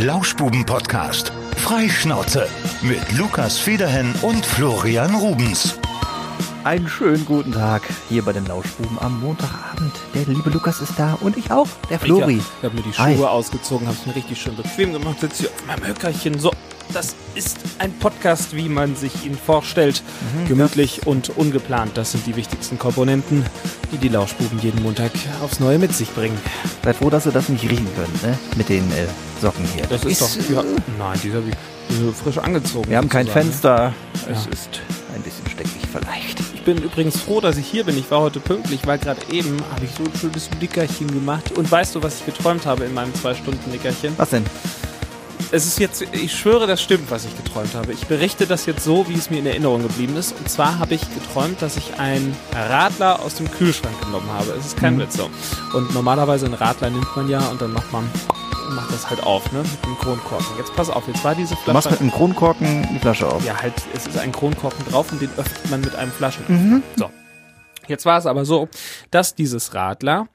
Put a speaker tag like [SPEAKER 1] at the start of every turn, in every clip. [SPEAKER 1] Lauschbuben-Podcast. Freischnauze mit Lukas Federhen und Florian Rubens.
[SPEAKER 2] Einen schönen guten Tag hier bei den Lauschbuben am Montagabend. Der liebe Lukas ist da und ich auch, der Flori.
[SPEAKER 3] Ich habe hab mir die Schuhe
[SPEAKER 2] Hi.
[SPEAKER 3] ausgezogen, habe es mir richtig schön bequem gemacht, sitze hier auf meinem Höckerchen. So, das ist ein Podcast, wie man sich ihn vorstellt.
[SPEAKER 2] Mhm.
[SPEAKER 3] Gemütlich und ungeplant. Das sind die wichtigsten Komponenten, die die Lauschbuben jeden Montag aufs Neue mit sich bringen.
[SPEAKER 2] Seid froh, dass ihr das nicht riechen könnt, ne? Mit den äh, Socken hier.
[SPEAKER 3] Das ist, doch. Ja, nein, die habe ich die frisch angezogen.
[SPEAKER 2] Wir haben kein
[SPEAKER 3] sozusagen.
[SPEAKER 2] Fenster.
[SPEAKER 3] ne?
[SPEAKER 2] Es
[SPEAKER 3] Ja.
[SPEAKER 2] ist ein bisschen steckig vielleicht.
[SPEAKER 3] Ich bin übrigens froh, dass ich hier bin. Ich war heute pünktlich, weil gerade eben habe ich so ein schönes Nickerchen gemacht. Und weißt du, was ich geträumt habe in meinem Zwei-Stunden-Nickerchen?
[SPEAKER 2] Was denn?
[SPEAKER 3] Es ist jetzt, ich schwöre, das stimmt, was ich geträumt habe. Ich berichte das jetzt so, wie es mir in Erinnerung geblieben ist. Und zwar habe ich geträumt, dass ich einen Radler aus dem Kühlschrank genommen habe. Es ist kein Witz so. Und normalerweise einen Radler nimmt man ja und dann macht man macht das halt auf, ne? Mit dem Kronkorken. Jetzt pass auf, jetzt war diese
[SPEAKER 2] Du machst mit
[SPEAKER 3] Flasche.
[SPEAKER 2] einem Kronkorken die Flasche auf.
[SPEAKER 3] Ja, halt, es ist ein Kronkorken drauf und den öffnet man mit einem Flaschen. So. Jetzt war es aber so, dass dieses Radler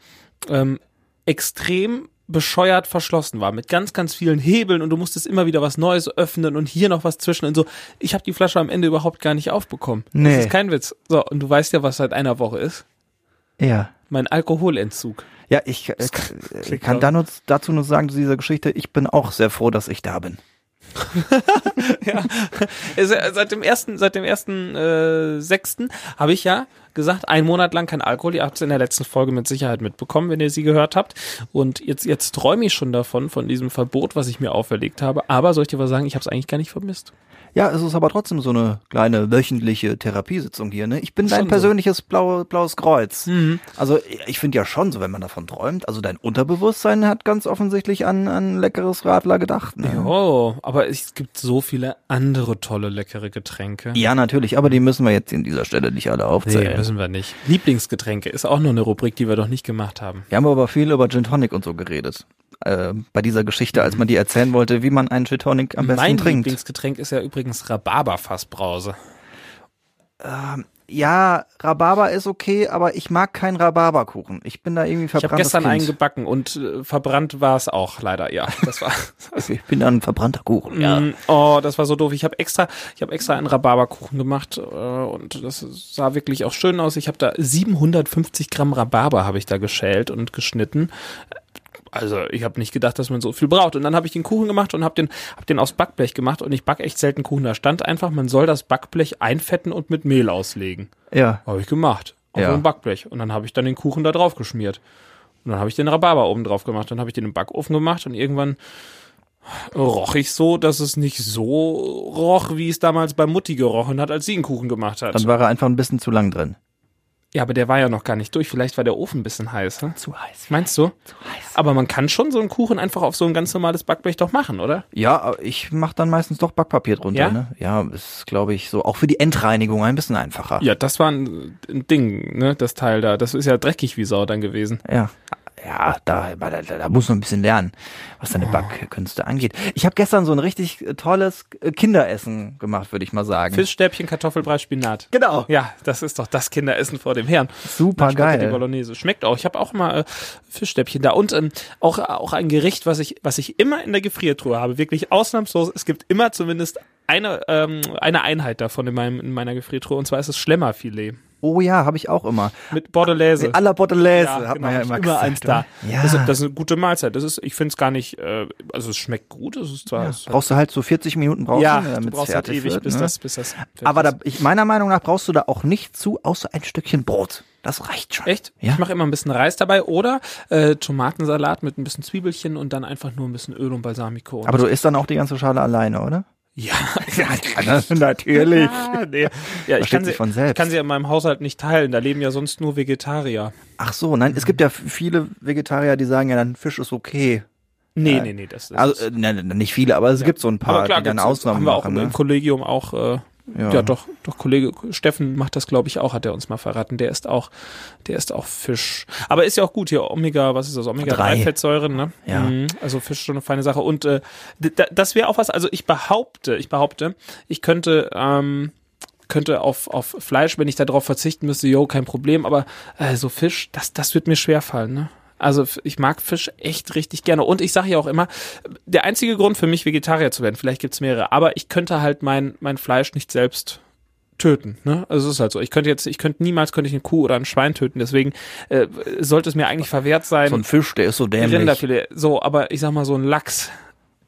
[SPEAKER 3] ähm, extrem bescheuert verschlossen war mit ganz ganz vielen Hebeln und du musstest immer wieder was Neues öffnen und hier noch was zwischen und so ich habe die Flasche am Ende überhaupt gar nicht aufbekommen
[SPEAKER 2] Nee.
[SPEAKER 3] das ist kein Witz so und du weißt ja was seit einer Woche ist
[SPEAKER 2] Ja.
[SPEAKER 3] mein Alkoholentzug
[SPEAKER 2] Ja, ich äh,
[SPEAKER 3] klingt
[SPEAKER 2] kann
[SPEAKER 3] auch-
[SPEAKER 2] da nur, dazu nur sagen zu dieser Geschichte, ich bin auch sehr froh, dass ich da bin.
[SPEAKER 3] ja Es- äh, seit dem ersten seit dem ersten äh, sechsten habe ich ja gesagt einen Monat lang kein Alkohol ihr habt es in der letzten Folge mit Sicherheit mitbekommen wenn ihr sie gehört habt und jetzt jetzt träume ich schon davon von diesem Verbot was ich mir auferlegt habe aber soll ich dir was sagen ich habe es eigentlich gar nicht vermisst
[SPEAKER 2] Ja, es ist aber trotzdem so eine kleine wöchentliche Therapiesitzung hier, ne? Ich bin
[SPEAKER 3] Schon
[SPEAKER 2] dein
[SPEAKER 3] so.
[SPEAKER 2] persönliches blaue, blaues Kreuz. Also ich finde ja schon so, wenn man davon träumt, also dein Unterbewusstsein hat ganz offensichtlich an an leckeres Radler gedacht, ne?
[SPEAKER 3] Oh, aber es gibt so viele andere tolle, leckere Getränke.
[SPEAKER 2] Ja, natürlich, aber die müssen wir jetzt in dieser Stelle nicht alle
[SPEAKER 3] Nee,
[SPEAKER 2] aufzählen.
[SPEAKER 3] müssen wir nicht. Lieblingsgetränke ist auch nur eine Rubrik, die wir doch nicht gemacht haben.
[SPEAKER 2] wir haben aber viel über Gin Tonic und so geredet. Äh, bei dieser Geschichte, als man die erzählen wollte, wie man einen Gin Tonic am besten
[SPEAKER 3] mein
[SPEAKER 2] trinkt.
[SPEAKER 3] Lieblingsgetränk ist ja übrigens Rhabarberfassbrause.
[SPEAKER 2] Ja, Rhabarber ist okay, aber ich mag keinen Rhabarberkuchen. Ich bin da irgendwie
[SPEAKER 3] Ich habe
[SPEAKER 2] verbranntes
[SPEAKER 3] gestern einen
[SPEAKER 2] kind.
[SPEAKER 3] gebacken und äh, verbrannt war es auch, leider, ja. Das war,
[SPEAKER 2] Ich bin da ein verbrannter Kuchen, ja.
[SPEAKER 3] Mm, oh, das war so doof. Ich habe extra, ich habe extra einen Rhabarberkuchen gemacht äh, und das sah wirklich auch schön aus. Ich habe da 750 Gramm Rhabarber habe ich da geschält und geschnitten. Also ich habe nicht gedacht, dass man so viel braucht. Und dann habe ich den Kuchen gemacht und habe den, hab den aus Backblech gemacht. Und ich backe echt selten Kuchen. Da stand einfach, man soll das Backblech einfetten und mit Mehl auslegen.
[SPEAKER 2] Ja.
[SPEAKER 3] Habe ich gemacht. Auf
[SPEAKER 2] Ja.
[SPEAKER 3] einem Backblech. Und dann habe ich dann den Kuchen da drauf geschmiert. Und dann habe ich den Rhabarber oben drauf gemacht. Dann habe ich den im Backofen gemacht und irgendwann roch ich so, dass es nicht so roch, wie es damals bei Mutti gerochen hat, als sie einen Kuchen gemacht hat.
[SPEAKER 2] Dann war er einfach ein bisschen zu lang drin.
[SPEAKER 3] ja, aber der war ja noch gar nicht durch. Vielleicht war der Ofen ein bisschen heiß. Ne?
[SPEAKER 2] Zu heiß.
[SPEAKER 3] Meinst du? Aber man kann schon so einen Kuchen einfach auf so ein ganz normales Backblech doch machen, oder?
[SPEAKER 2] Ja, aber ich mache dann meistens doch Backpapier drunter.
[SPEAKER 3] Ja?
[SPEAKER 2] Ne? ja ist, glaube ich, so auch für die Endreinigung ein bisschen einfacher.
[SPEAKER 3] Ja, das war ein, ein Ding, ne, das Teil da. Das ist ja dreckig wie Sau dann gewesen.
[SPEAKER 2] Ja, ja da, da, da muss man ein bisschen lernen, was
[SPEAKER 3] Oh.
[SPEAKER 2] deine Backkünste angeht. Ich habe gestern so ein richtig äh, tolles Kinderessen gemacht, würde ich mal sagen.
[SPEAKER 3] Fischstäbchen, Kartoffelbrei, Spinat.
[SPEAKER 2] Genau.
[SPEAKER 3] Ja, das ist doch das Kinderessen vor dem Herrn.
[SPEAKER 2] Super
[SPEAKER 3] Die
[SPEAKER 2] geil.
[SPEAKER 3] Bolognese schmeckt auch. Ich habe auch mal äh, Fischstäbchen da und ähm, auch auch ein Gericht, was ich was ich immer in der Gefriertruhe habe, wirklich ausnahmslos. Es gibt immer zumindest eine ähm, eine Einheit davon in meinem in meiner Gefriertruhe und zwar ist es Schlemmerfilet
[SPEAKER 2] Oh ja, habe ich auch immer.
[SPEAKER 3] mit Bordelaise.
[SPEAKER 2] À la Bordelaise,
[SPEAKER 3] Ja,
[SPEAKER 2] hat
[SPEAKER 3] genau,
[SPEAKER 2] man ja
[SPEAKER 3] ich
[SPEAKER 2] immer,
[SPEAKER 3] immer
[SPEAKER 2] gesagt.
[SPEAKER 3] eins da.
[SPEAKER 2] oder? Ja.
[SPEAKER 3] Das, ist, das ist eine gute Mahlzeit. Das ist, ich finde es gar nicht, äh, also es schmeckt gut, es ist zwar.
[SPEAKER 2] ja.
[SPEAKER 3] es-
[SPEAKER 2] Brauchst du halt so 40 Minuten brauchen,
[SPEAKER 3] ja,
[SPEAKER 2] damit
[SPEAKER 3] du
[SPEAKER 2] es
[SPEAKER 3] brauchst halt
[SPEAKER 2] fertig
[SPEAKER 3] ewig,
[SPEAKER 2] wird.
[SPEAKER 3] bis
[SPEAKER 2] ne?
[SPEAKER 3] das, bis das. fertig
[SPEAKER 2] Aber da,
[SPEAKER 3] ist.
[SPEAKER 2] ich, meiner Meinung nach brauchst du da auch nicht zu, außer ein Stückchen Brot. Das reicht schon.
[SPEAKER 3] Echt?
[SPEAKER 2] Ja.
[SPEAKER 3] Ich mache immer ein bisschen Reis dabei oder äh, Tomatensalat mit ein bisschen Zwiebelchen und dann einfach nur ein bisschen Öl und Balsamico. Und
[SPEAKER 2] Aber du isst dann auch die ganze Schale alleine, oder?
[SPEAKER 3] ja,
[SPEAKER 2] natürlich.
[SPEAKER 3] Ah, nee. ja ich,
[SPEAKER 2] Versteht
[SPEAKER 3] kann
[SPEAKER 2] sich
[SPEAKER 3] sie,
[SPEAKER 2] von selbst.
[SPEAKER 3] ich kann sie in meinem Haushalt nicht teilen. Da leben ja sonst nur Vegetarier.
[SPEAKER 2] Ach so, nein, es gibt ja viele Vegetarier, die sagen ja dann, Fisch ist okay.
[SPEAKER 3] Nee,
[SPEAKER 2] Ja.
[SPEAKER 3] nee, nee, das ist.
[SPEAKER 2] Also, äh, nein, nein, nicht viele, aber es gibt so ein paar,
[SPEAKER 3] aber klar,
[SPEAKER 2] die dann
[SPEAKER 3] gibt's-
[SPEAKER 2] Ausnahmen
[SPEAKER 3] haben wir auch
[SPEAKER 2] machen.
[SPEAKER 3] im
[SPEAKER 2] Ne?
[SPEAKER 3] Kollegium auch. Äh,
[SPEAKER 2] Ja.
[SPEAKER 3] ja. doch, doch Kollege Steffen macht das, glaube ich, auch. Hat er uns mal verraten. Der ist auch, der ist auch Fisch. Aber ist ja auch gut hier Omega. Was ist das? Omega
[SPEAKER 2] Drei.
[SPEAKER 3] 3 Fettsäuren. Ne?
[SPEAKER 2] Ja.
[SPEAKER 3] Mhm, also Fisch schon eine feine Sache. Und äh, d- d- das wäre auch was. Also ich behaupte, ich behaupte, ich könnte. Ähm, könnte auf, auf Fleisch, wenn ich darauf verzichten müsste, jo, kein Problem, aber äh, so Fisch, das, das wird mir schwerfallen, ne? Also f- ich mag Fisch echt richtig gerne. Und ich sage ja auch immer, der einzige Grund für mich, Vegetarier zu werden, vielleicht gibt's mehrere, aber ich könnte halt mein, mein Fleisch nicht selbst töten. Ne? Also es ist halt so. Ich könnte jetzt, ich könnte niemals könnte ich eine Kuh oder ein Schwein töten. Deswegen äh, sollte es mir eigentlich verwehrt sein.
[SPEAKER 2] So ein Fisch, der ist so dämlich.
[SPEAKER 3] Rinderfilet. So, aber ich sag mal, so ein Lachs,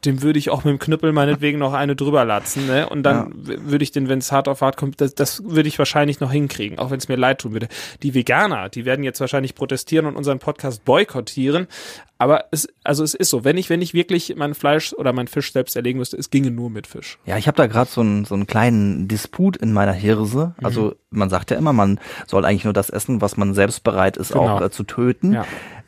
[SPEAKER 3] dem würde ich auch mit dem Knüppel meinetwegen noch eine drüber latzen, ne? Und dann w- würde ich den, wenn es hart auf hart kommt, das, das würde ich wahrscheinlich noch hinkriegen, auch wenn es mir leid tun würde. Die Veganer, die werden jetzt wahrscheinlich protestieren und unseren Podcast boykottieren. Aber es, also es ist so, wenn ich, wenn ich wirklich mein Fleisch oder mein Fisch selbst erlegen müsste, es ginge nur mit Fisch.
[SPEAKER 2] Ja, ich habe da gerade so einen so einen kleinen Disput in meiner Hirse.
[SPEAKER 3] Mhm.
[SPEAKER 2] Also man sagt ja immer, man soll eigentlich nur das essen, was man selbst bereit ist,
[SPEAKER 3] Genau.
[SPEAKER 2] auch äh, zu töten.
[SPEAKER 3] Ja.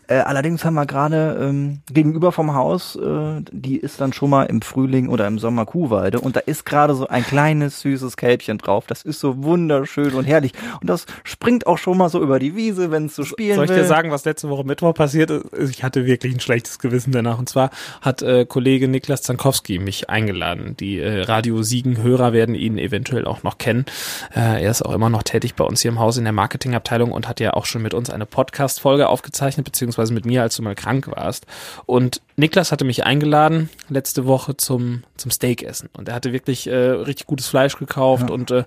[SPEAKER 2] Äh, allerdings haben wir gerade ähm, gegenüber vom Haus, äh, die ist dann schon mal im Frühling oder im Sommer Kuhweide und da ist gerade so ein kleines süßes Kälbchen drauf. Das ist so wunderschön und herrlich und das springt auch schon mal so über die Wiese, wenn es so spielen
[SPEAKER 3] Soll ich
[SPEAKER 2] will.
[SPEAKER 3] dir sagen, was letzte Woche Mittwoch passiert ist? Ich hatte wirklich ein schlechtes Gewissen danach. Und zwar hat äh, Kollege Niklas Zankowski mich eingeladen. Die äh, Radio Siegen-Hörer werden ihn eventuell auch noch kennen. Äh, er ist auch immer noch tätig bei uns hier im Haus in der Marketingabteilung und hat ja auch schon mit uns eine Podcast-Folge aufgezeichnet, beziehungsweise mit mir, als du mal krank warst. Und Niklas hatte mich eingeladen letzte Woche zum, zum Steakessen. Und er hatte wirklich äh, richtig gutes Fleisch gekauft und äh,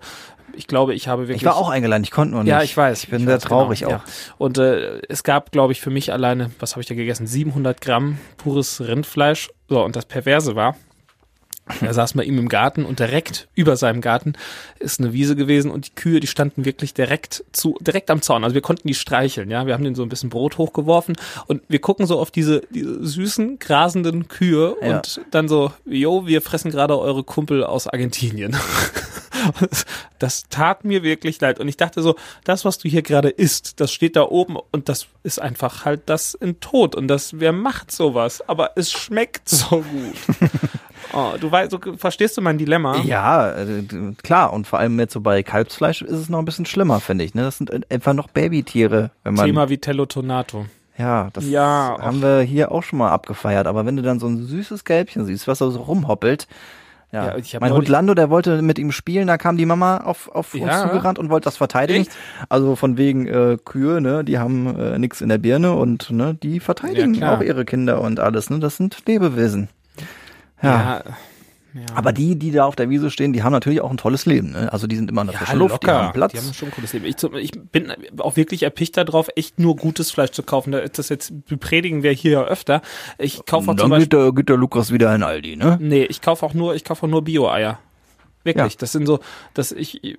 [SPEAKER 3] ich glaube, ich habe wirklich.
[SPEAKER 2] ich war auch eingeladen, ich konnte nur nicht.
[SPEAKER 3] Ja, ich weiß.
[SPEAKER 2] Ich bin
[SPEAKER 3] ich
[SPEAKER 2] sehr
[SPEAKER 3] weiß,
[SPEAKER 2] traurig
[SPEAKER 3] genau,
[SPEAKER 2] auch.
[SPEAKER 3] Ja. Und äh, es gab, glaube ich, für mich alleine, was habe ich da gegessen? 700 Gramm pures Rindfleisch. So, und das Perverse war, da saß man ihm im Garten und direkt über seinem Garten ist eine Wiese gewesen und die Kühe, die standen wirklich direkt zu, direkt am Zaun. Also wir konnten die streicheln, ja. Wir haben denen so ein bisschen Brot hochgeworfen und wir gucken so auf diese, diese süßen, grasenden Kühe
[SPEAKER 2] Ja.
[SPEAKER 3] und dann so, yo, wir fressen gerade eure Kumpel aus Argentinien. Das tat mir wirklich leid. Und ich dachte so, das, was du hier gerade isst, das steht da oben und das ist einfach halt das in Tod. Und das, wer macht sowas? Aber es schmeckt so gut. Oh, du weißt, du, verstehst du mein Dilemma?
[SPEAKER 2] Ja, äh, d- klar. Und vor allem jetzt so bei Kalbsfleisch ist es noch ein bisschen schlimmer, finde ich. Ne? Das sind einfach noch Babytiere, wenn man.
[SPEAKER 3] Thema Vitello Tonato.
[SPEAKER 2] Ja, das
[SPEAKER 3] Ja,
[SPEAKER 2] haben wir hier auch schon mal abgefeiert. Aber wenn du dann so ein süßes Gelbchen siehst, was da so rumhoppelt. Ja,
[SPEAKER 3] Ja, ich hab
[SPEAKER 2] mein Hund
[SPEAKER 3] neulich-
[SPEAKER 2] Lando, der wollte mit ihm spielen, da kam die Mama auf, auf uns
[SPEAKER 3] Ja.
[SPEAKER 2] zugerannt und wollte das verteidigen.
[SPEAKER 3] Echt?
[SPEAKER 2] Also von wegen äh, Kühe, ne, die haben äh, nichts in der Birne und ne, die verteidigen
[SPEAKER 3] klar.
[SPEAKER 2] auch ihre Kinder und alles, ne? Das sind Lebewesen. ja. Aber die, die da auf der Wiese stehen, die haben natürlich auch ein tolles Leben. Ne? Also die sind immer in der
[SPEAKER 3] Ja,
[SPEAKER 2] frischen Luft, die haben Platz.
[SPEAKER 3] Die haben schon ein cooles Leben. Ich, zum- ich bin auch wirklich erpicht darauf, echt nur gutes Fleisch zu kaufen. Das jetzt predigen wir hier ja öfter. Ich kaufe auch zum Beispiel.
[SPEAKER 2] der, geht der Lukas wieder in Aldi, ne?
[SPEAKER 3] Nee, ich kaufe auch nur, ich kaufe auch nur Bio-Eier. Wirklich.
[SPEAKER 2] Ja.
[SPEAKER 3] Das sind so, das ich,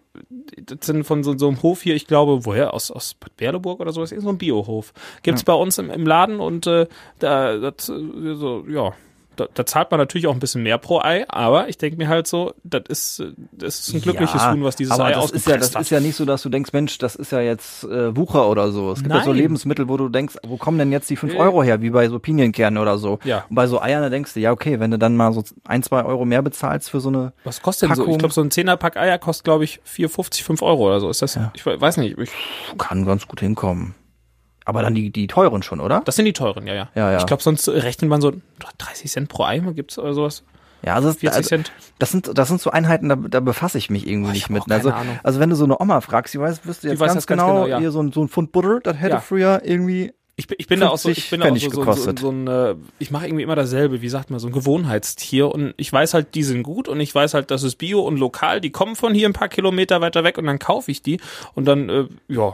[SPEAKER 3] das sind von so, so einem Hof hier, ich glaube, woher? Aus, aus Bad Berleburg oder sowas, irgend so ein Biohof. Gibt's bei uns im, im Laden und äh, da, das, äh, so, ja. Da, da zahlt man natürlich auch ein bisschen mehr pro Ei, aber ich denke mir halt so, das ist, äh, das ist ein glückliches Huhn, was dieses
[SPEAKER 2] aber
[SPEAKER 3] Ei
[SPEAKER 2] das ist ja,
[SPEAKER 3] ausgepresst
[SPEAKER 2] das
[SPEAKER 3] hat.
[SPEAKER 2] ist ja nicht so, dass du denkst, Mensch, das ist ja jetzt äh, Wucher oder so. Es gibt ja so
[SPEAKER 3] Nein. Äh.
[SPEAKER 2] Lebensmittel, wo du denkst, wo kommen denn jetzt die 5 Euro her, wie bei so Pinienkernen oder so.
[SPEAKER 3] Ja.
[SPEAKER 2] Und bei so Eiern, da denkst du, ja, okay, wenn du dann mal so ein, zwei Euro mehr bezahlst für so eine
[SPEAKER 3] Was kostet denn so?
[SPEAKER 2] Packung.
[SPEAKER 3] Ich glaube, so ein Zehnerpack Eier kostet, glaube ich, 4,50, 5 Euro oder so. Ist das, ich we- weiß nicht. Ich,
[SPEAKER 2] kann ganz gut hinkommen. Aber dann die, die teuren schon, oder?
[SPEAKER 3] das sind die teuren, ja, ja.
[SPEAKER 2] Ja, ja.
[SPEAKER 3] Ich glaube, sonst rechnet man so 30 Cent pro Ei, gibt's oder sowas.
[SPEAKER 2] Ja, also das,
[SPEAKER 3] 40
[SPEAKER 2] also,
[SPEAKER 3] Cent.
[SPEAKER 2] Das sind, das sind so Einheiten, da, da befasse ich mich irgendwie
[SPEAKER 3] Boah, ich
[SPEAKER 2] nicht
[SPEAKER 3] hab
[SPEAKER 2] mit.
[SPEAKER 3] auch keine
[SPEAKER 2] also,
[SPEAKER 3] Ahnung.
[SPEAKER 2] also wenn du so eine Oma fragst, die weiß, wüsste jetzt
[SPEAKER 3] weiß
[SPEAKER 2] ganz,
[SPEAKER 3] das ganz
[SPEAKER 2] genau,
[SPEAKER 3] genau, ja.
[SPEAKER 2] hier so ein, so ein Pfund Butter, das hätte
[SPEAKER 3] Ja.
[SPEAKER 2] früher irgendwie
[SPEAKER 3] Ich bin, ich bin da auch so, ich
[SPEAKER 2] 50
[SPEAKER 3] bin da auch
[SPEAKER 2] Pfennig
[SPEAKER 3] so, so, so, so,
[SPEAKER 2] gekostet.
[SPEAKER 3] ein, äh, ich mache irgendwie immer dasselbe, wie sagt man, so ein Gewohnheitstier und ich weiß halt, die sind gut und ich weiß halt, das ist Bio und lokal, die kommen von hier ein paar Kilometer weiter weg und dann kaufe ich die und dann, äh, ja,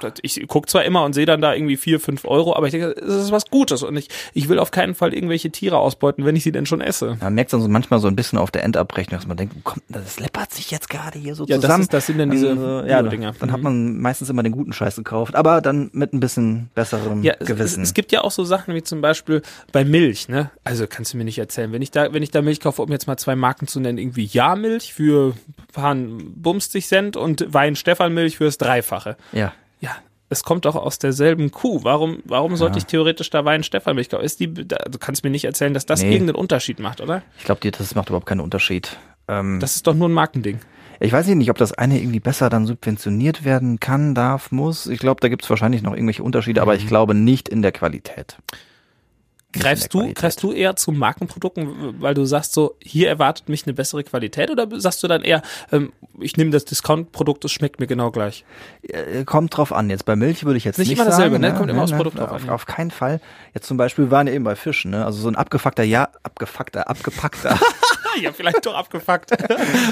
[SPEAKER 3] das- ich guck zwar immer und sehe dann da irgendwie vier, fünf Euro, aber ich denke, es ist was Gutes und ich, ich will auf keinen Fall irgendwelche Tiere ausbeuten, wenn ich sie denn schon esse.
[SPEAKER 2] Man merkt dann so manchmal so ein bisschen auf der Endabrechnung, dass man denkt, oh, komm, das läppert sich jetzt gerade hier so
[SPEAKER 3] Ja, das
[SPEAKER 2] zusammen.
[SPEAKER 3] ist- das sind dann diese Mhm.
[SPEAKER 2] Also, ja,
[SPEAKER 3] Bio-Dinger.
[SPEAKER 2] dann, dann hat man meistens immer den guten Scheiß gekauft, aber dann mit ein bisschen besserem
[SPEAKER 3] Ja, es-
[SPEAKER 2] Gewissen.
[SPEAKER 3] Es, es gibt ja auch so Sachen wie zum Beispiel bei Milch, ne? Also kannst du mir nicht erzählen, wenn ich da, wenn ich da Milch kaufe, um jetzt mal zwei Marken zu nennen, irgendwie Ja-Milch für Pan Bumstig Cent und Wein-Stefan-Milch fürs Dreifache.
[SPEAKER 2] ja.
[SPEAKER 3] Ja, es kommt doch aus derselben Kuh. Warum, warum sollte ich theoretisch da Wein-Stefan-Milch kaufen? Ist die, da, du kannst mir nicht erzählen, dass das
[SPEAKER 2] Nee.
[SPEAKER 3] irgendeinen Unterschied macht, oder?
[SPEAKER 2] Ich glaube, das macht überhaupt keinen Unterschied. Ähm,
[SPEAKER 3] Das ist doch nur ein Markending.
[SPEAKER 2] ich weiß nicht, ob das eine irgendwie besser dann subventioniert werden kann,
[SPEAKER 3] Mhm.
[SPEAKER 2] darf, muss. Ich glaube, da gibt es wahrscheinlich noch irgendwelche Unterschiede, aber ich glaube nicht in der Qualität. in der
[SPEAKER 3] Greifst du,
[SPEAKER 2] Qualität.
[SPEAKER 3] greifst du eher zu Markenprodukten, weil du sagst so, hier erwartet mich eine bessere Qualität oder sagst du dann eher, ähm, ich nehme das Discount-Produkt, es schmeckt mir genau gleich?
[SPEAKER 2] Äh, Kommt drauf an. Jetzt bei Milch würde ich jetzt
[SPEAKER 3] Nicht
[SPEAKER 2] nicht,
[SPEAKER 3] immer dasselbe,
[SPEAKER 2] sagen,
[SPEAKER 3] ne? Kommt immer aufs Produkt drauf
[SPEAKER 2] auf,
[SPEAKER 3] an, ja.
[SPEAKER 2] Auf keinen Fall. Jetzt zum Beispiel wir waren ja eben bei Fisch, ne? Also so ein abgefuckter, ja, abgefuckter, abgepackter.
[SPEAKER 3] Ah, ja, vielleicht doch abgefuckt.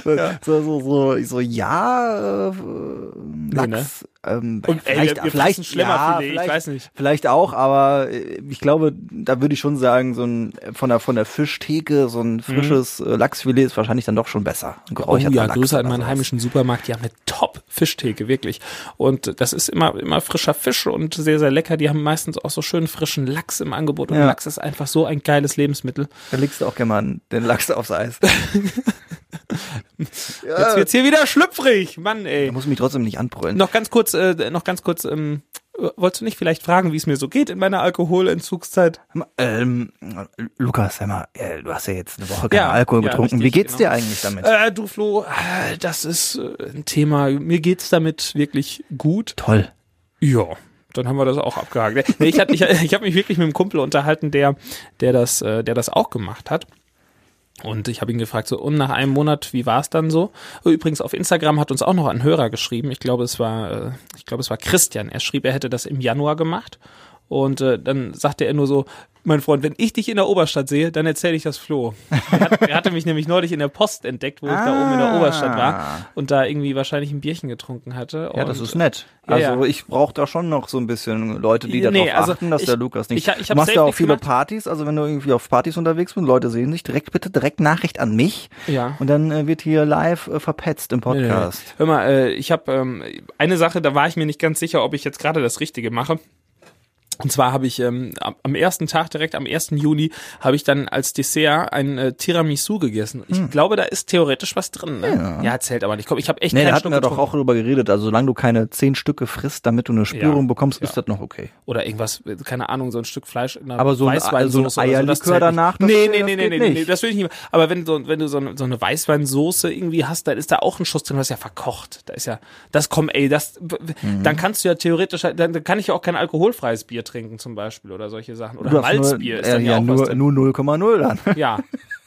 [SPEAKER 2] so, so, so, so, so, ja, äh,
[SPEAKER 3] ne?
[SPEAKER 2] Lachs. Ähm,
[SPEAKER 3] Und, ey,
[SPEAKER 2] vielleicht,
[SPEAKER 3] wir- wir
[SPEAKER 2] vielleicht,
[SPEAKER 3] fressen Schlemmerfilet, ich
[SPEAKER 2] vielleicht,
[SPEAKER 3] weiß nicht.
[SPEAKER 2] Vielleicht auch, aber äh, ich glaube, da würde ich schon sagen, so ein von der von der Fischtheke so ein frisches äh, Lachsfilet ist wahrscheinlich dann doch schon besser. Ein
[SPEAKER 3] Mhm. Oh
[SPEAKER 2] geräucherter
[SPEAKER 3] ja,
[SPEAKER 2] Lachs
[SPEAKER 3] Grüße an
[SPEAKER 2] oder
[SPEAKER 3] meinen
[SPEAKER 2] sowas.
[SPEAKER 3] heimischen Supermarkt. Die haben eine Top-Fischtheke, wirklich. Und das ist immer, immer frischer Fisch und sehr, sehr lecker. Die haben meistens auch so schön frischen Lachs im Angebot. Und
[SPEAKER 2] Ja.
[SPEAKER 3] Lachs ist einfach so ein geiles Lebensmittel.
[SPEAKER 2] Da legst du auch gerne mal den Lachs aufs Eis. Äh.
[SPEAKER 3] Jetzt wird's hier wieder schlüpfrig. Mann, ey.
[SPEAKER 2] Da muss mich trotzdem nicht anbrüllen.
[SPEAKER 3] Noch ganz kurz, äh, noch ganz kurz, ähm, äh, wolltest du nicht vielleicht fragen, wie es mir so geht in meiner Alkoholentzugszeit?
[SPEAKER 2] Ähm, Lukas, sag mal, äh, du hast ja jetzt eine Woche keinen
[SPEAKER 3] Ja,
[SPEAKER 2] Alkohol
[SPEAKER 3] ja,
[SPEAKER 2] getrunken.
[SPEAKER 3] richtig,
[SPEAKER 2] Wie geht's
[SPEAKER 3] genau.
[SPEAKER 2] dir eigentlich damit?
[SPEAKER 3] Äh, du Flo, äh, das ist äh, ein Thema. Mir geht's damit wirklich gut.
[SPEAKER 2] Toll.
[SPEAKER 3] Ja, dann haben wir das auch abgehakt. Nee, ich hab- ich, ich habe mich wirklich mit einem Kumpel unterhalten, der, der, das, äh, der das auch gemacht hat. Und ich habe ihn gefragt, so, und nach einem Monat, wie war es dann so? Übrigens, auf Instagram hat uns auch noch ein Hörer geschrieben. Ich glaube, es war, äh, ich glaube, es war Christian. Er schrieb, er hätte das im Januar gemacht. Und äh, dann sagte er nur so, mein Freund, wenn ich dich in der Oberstadt sehe, dann erzähle ich das Flo. Er, hat, er hatte mich nämlich neulich in der Post entdeckt, wo ich da oben in der
[SPEAKER 2] Ah.
[SPEAKER 3] Oberstadt war und da irgendwie wahrscheinlich ein Bierchen getrunken hatte.
[SPEAKER 2] Ja, das
[SPEAKER 3] und,
[SPEAKER 2] ist nett.
[SPEAKER 3] Ja,
[SPEAKER 2] Also
[SPEAKER 3] ja.
[SPEAKER 2] ich brauche da schon noch so ein bisschen Leute, die darauf
[SPEAKER 3] Nee, also
[SPEAKER 2] achten, dass
[SPEAKER 3] ich-
[SPEAKER 2] der Lukas nicht.
[SPEAKER 3] ich- ich
[SPEAKER 2] du
[SPEAKER 3] hab
[SPEAKER 2] machst
[SPEAKER 3] safe
[SPEAKER 2] ja auch
[SPEAKER 3] nicht
[SPEAKER 2] viele
[SPEAKER 3] gemacht.
[SPEAKER 2] Partys, also wenn du irgendwie auf Partys unterwegs bist, Leute sehen sich, direkt bitte direkt Nachricht an mich.
[SPEAKER 3] Ja.
[SPEAKER 2] Und dann äh, wird hier live äh, verpetzt im
[SPEAKER 3] Nee, nee, nee.
[SPEAKER 2] Podcast.
[SPEAKER 3] Hör mal, äh, ich habe ähm, eine Sache, da war ich mir nicht ganz sicher, ob ich jetzt gerade das Richtige mache. Und zwar habe ich ähm, am- am ersten Tag, direkt am 1. Juni, habe ich dann als Dessert ein äh, Tiramisu gegessen. Ich
[SPEAKER 2] Hm.
[SPEAKER 3] glaube, da ist theoretisch was drin. Ne? Ja. zählt aber nicht. Komm, ich habe echt
[SPEAKER 2] Nee,
[SPEAKER 3] keinen
[SPEAKER 2] da hatten
[SPEAKER 3] Schluck
[SPEAKER 2] wir doch
[SPEAKER 3] getrunken.
[SPEAKER 2] auch drüber geredet. Also solange du keine zehn Stücke frisst, damit du eine Spürung bekommst, ist das noch okay.
[SPEAKER 3] Oder irgendwas, äh, keine Ahnung, so ein Stück Fleisch in einer
[SPEAKER 2] Aber so ein-
[SPEAKER 3] Weißweinsoße
[SPEAKER 2] so ein
[SPEAKER 3] oder so, das
[SPEAKER 2] Eierlikör
[SPEAKER 3] zählt nicht.
[SPEAKER 2] danach, das-
[SPEAKER 3] Nee,
[SPEAKER 2] das
[SPEAKER 3] nee, nee, nee,
[SPEAKER 2] geht
[SPEAKER 3] nee, nee, nee,
[SPEAKER 2] nicht.
[SPEAKER 3] das will ich nicht mehr. Aber wenn, so, wenn du so eine, so eine Weißweinsoße irgendwie hast, dann ist da auch ein Schuss drin, was ja verkocht. Da ist ja, das kommt, ey, das, w- w-
[SPEAKER 2] Mhm.
[SPEAKER 3] dann kannst du ja theoretisch, halt- dann, dann kann ich ja auch kein alkoholfreies Bier trinken zum Beispiel oder solche Sachen. Oder
[SPEAKER 2] darfst nur-
[SPEAKER 3] Malzbier ist dann
[SPEAKER 2] äh,
[SPEAKER 3] ja, auch was
[SPEAKER 2] nur,
[SPEAKER 3] drin.
[SPEAKER 2] nur 0,0 dann.
[SPEAKER 3] Ja.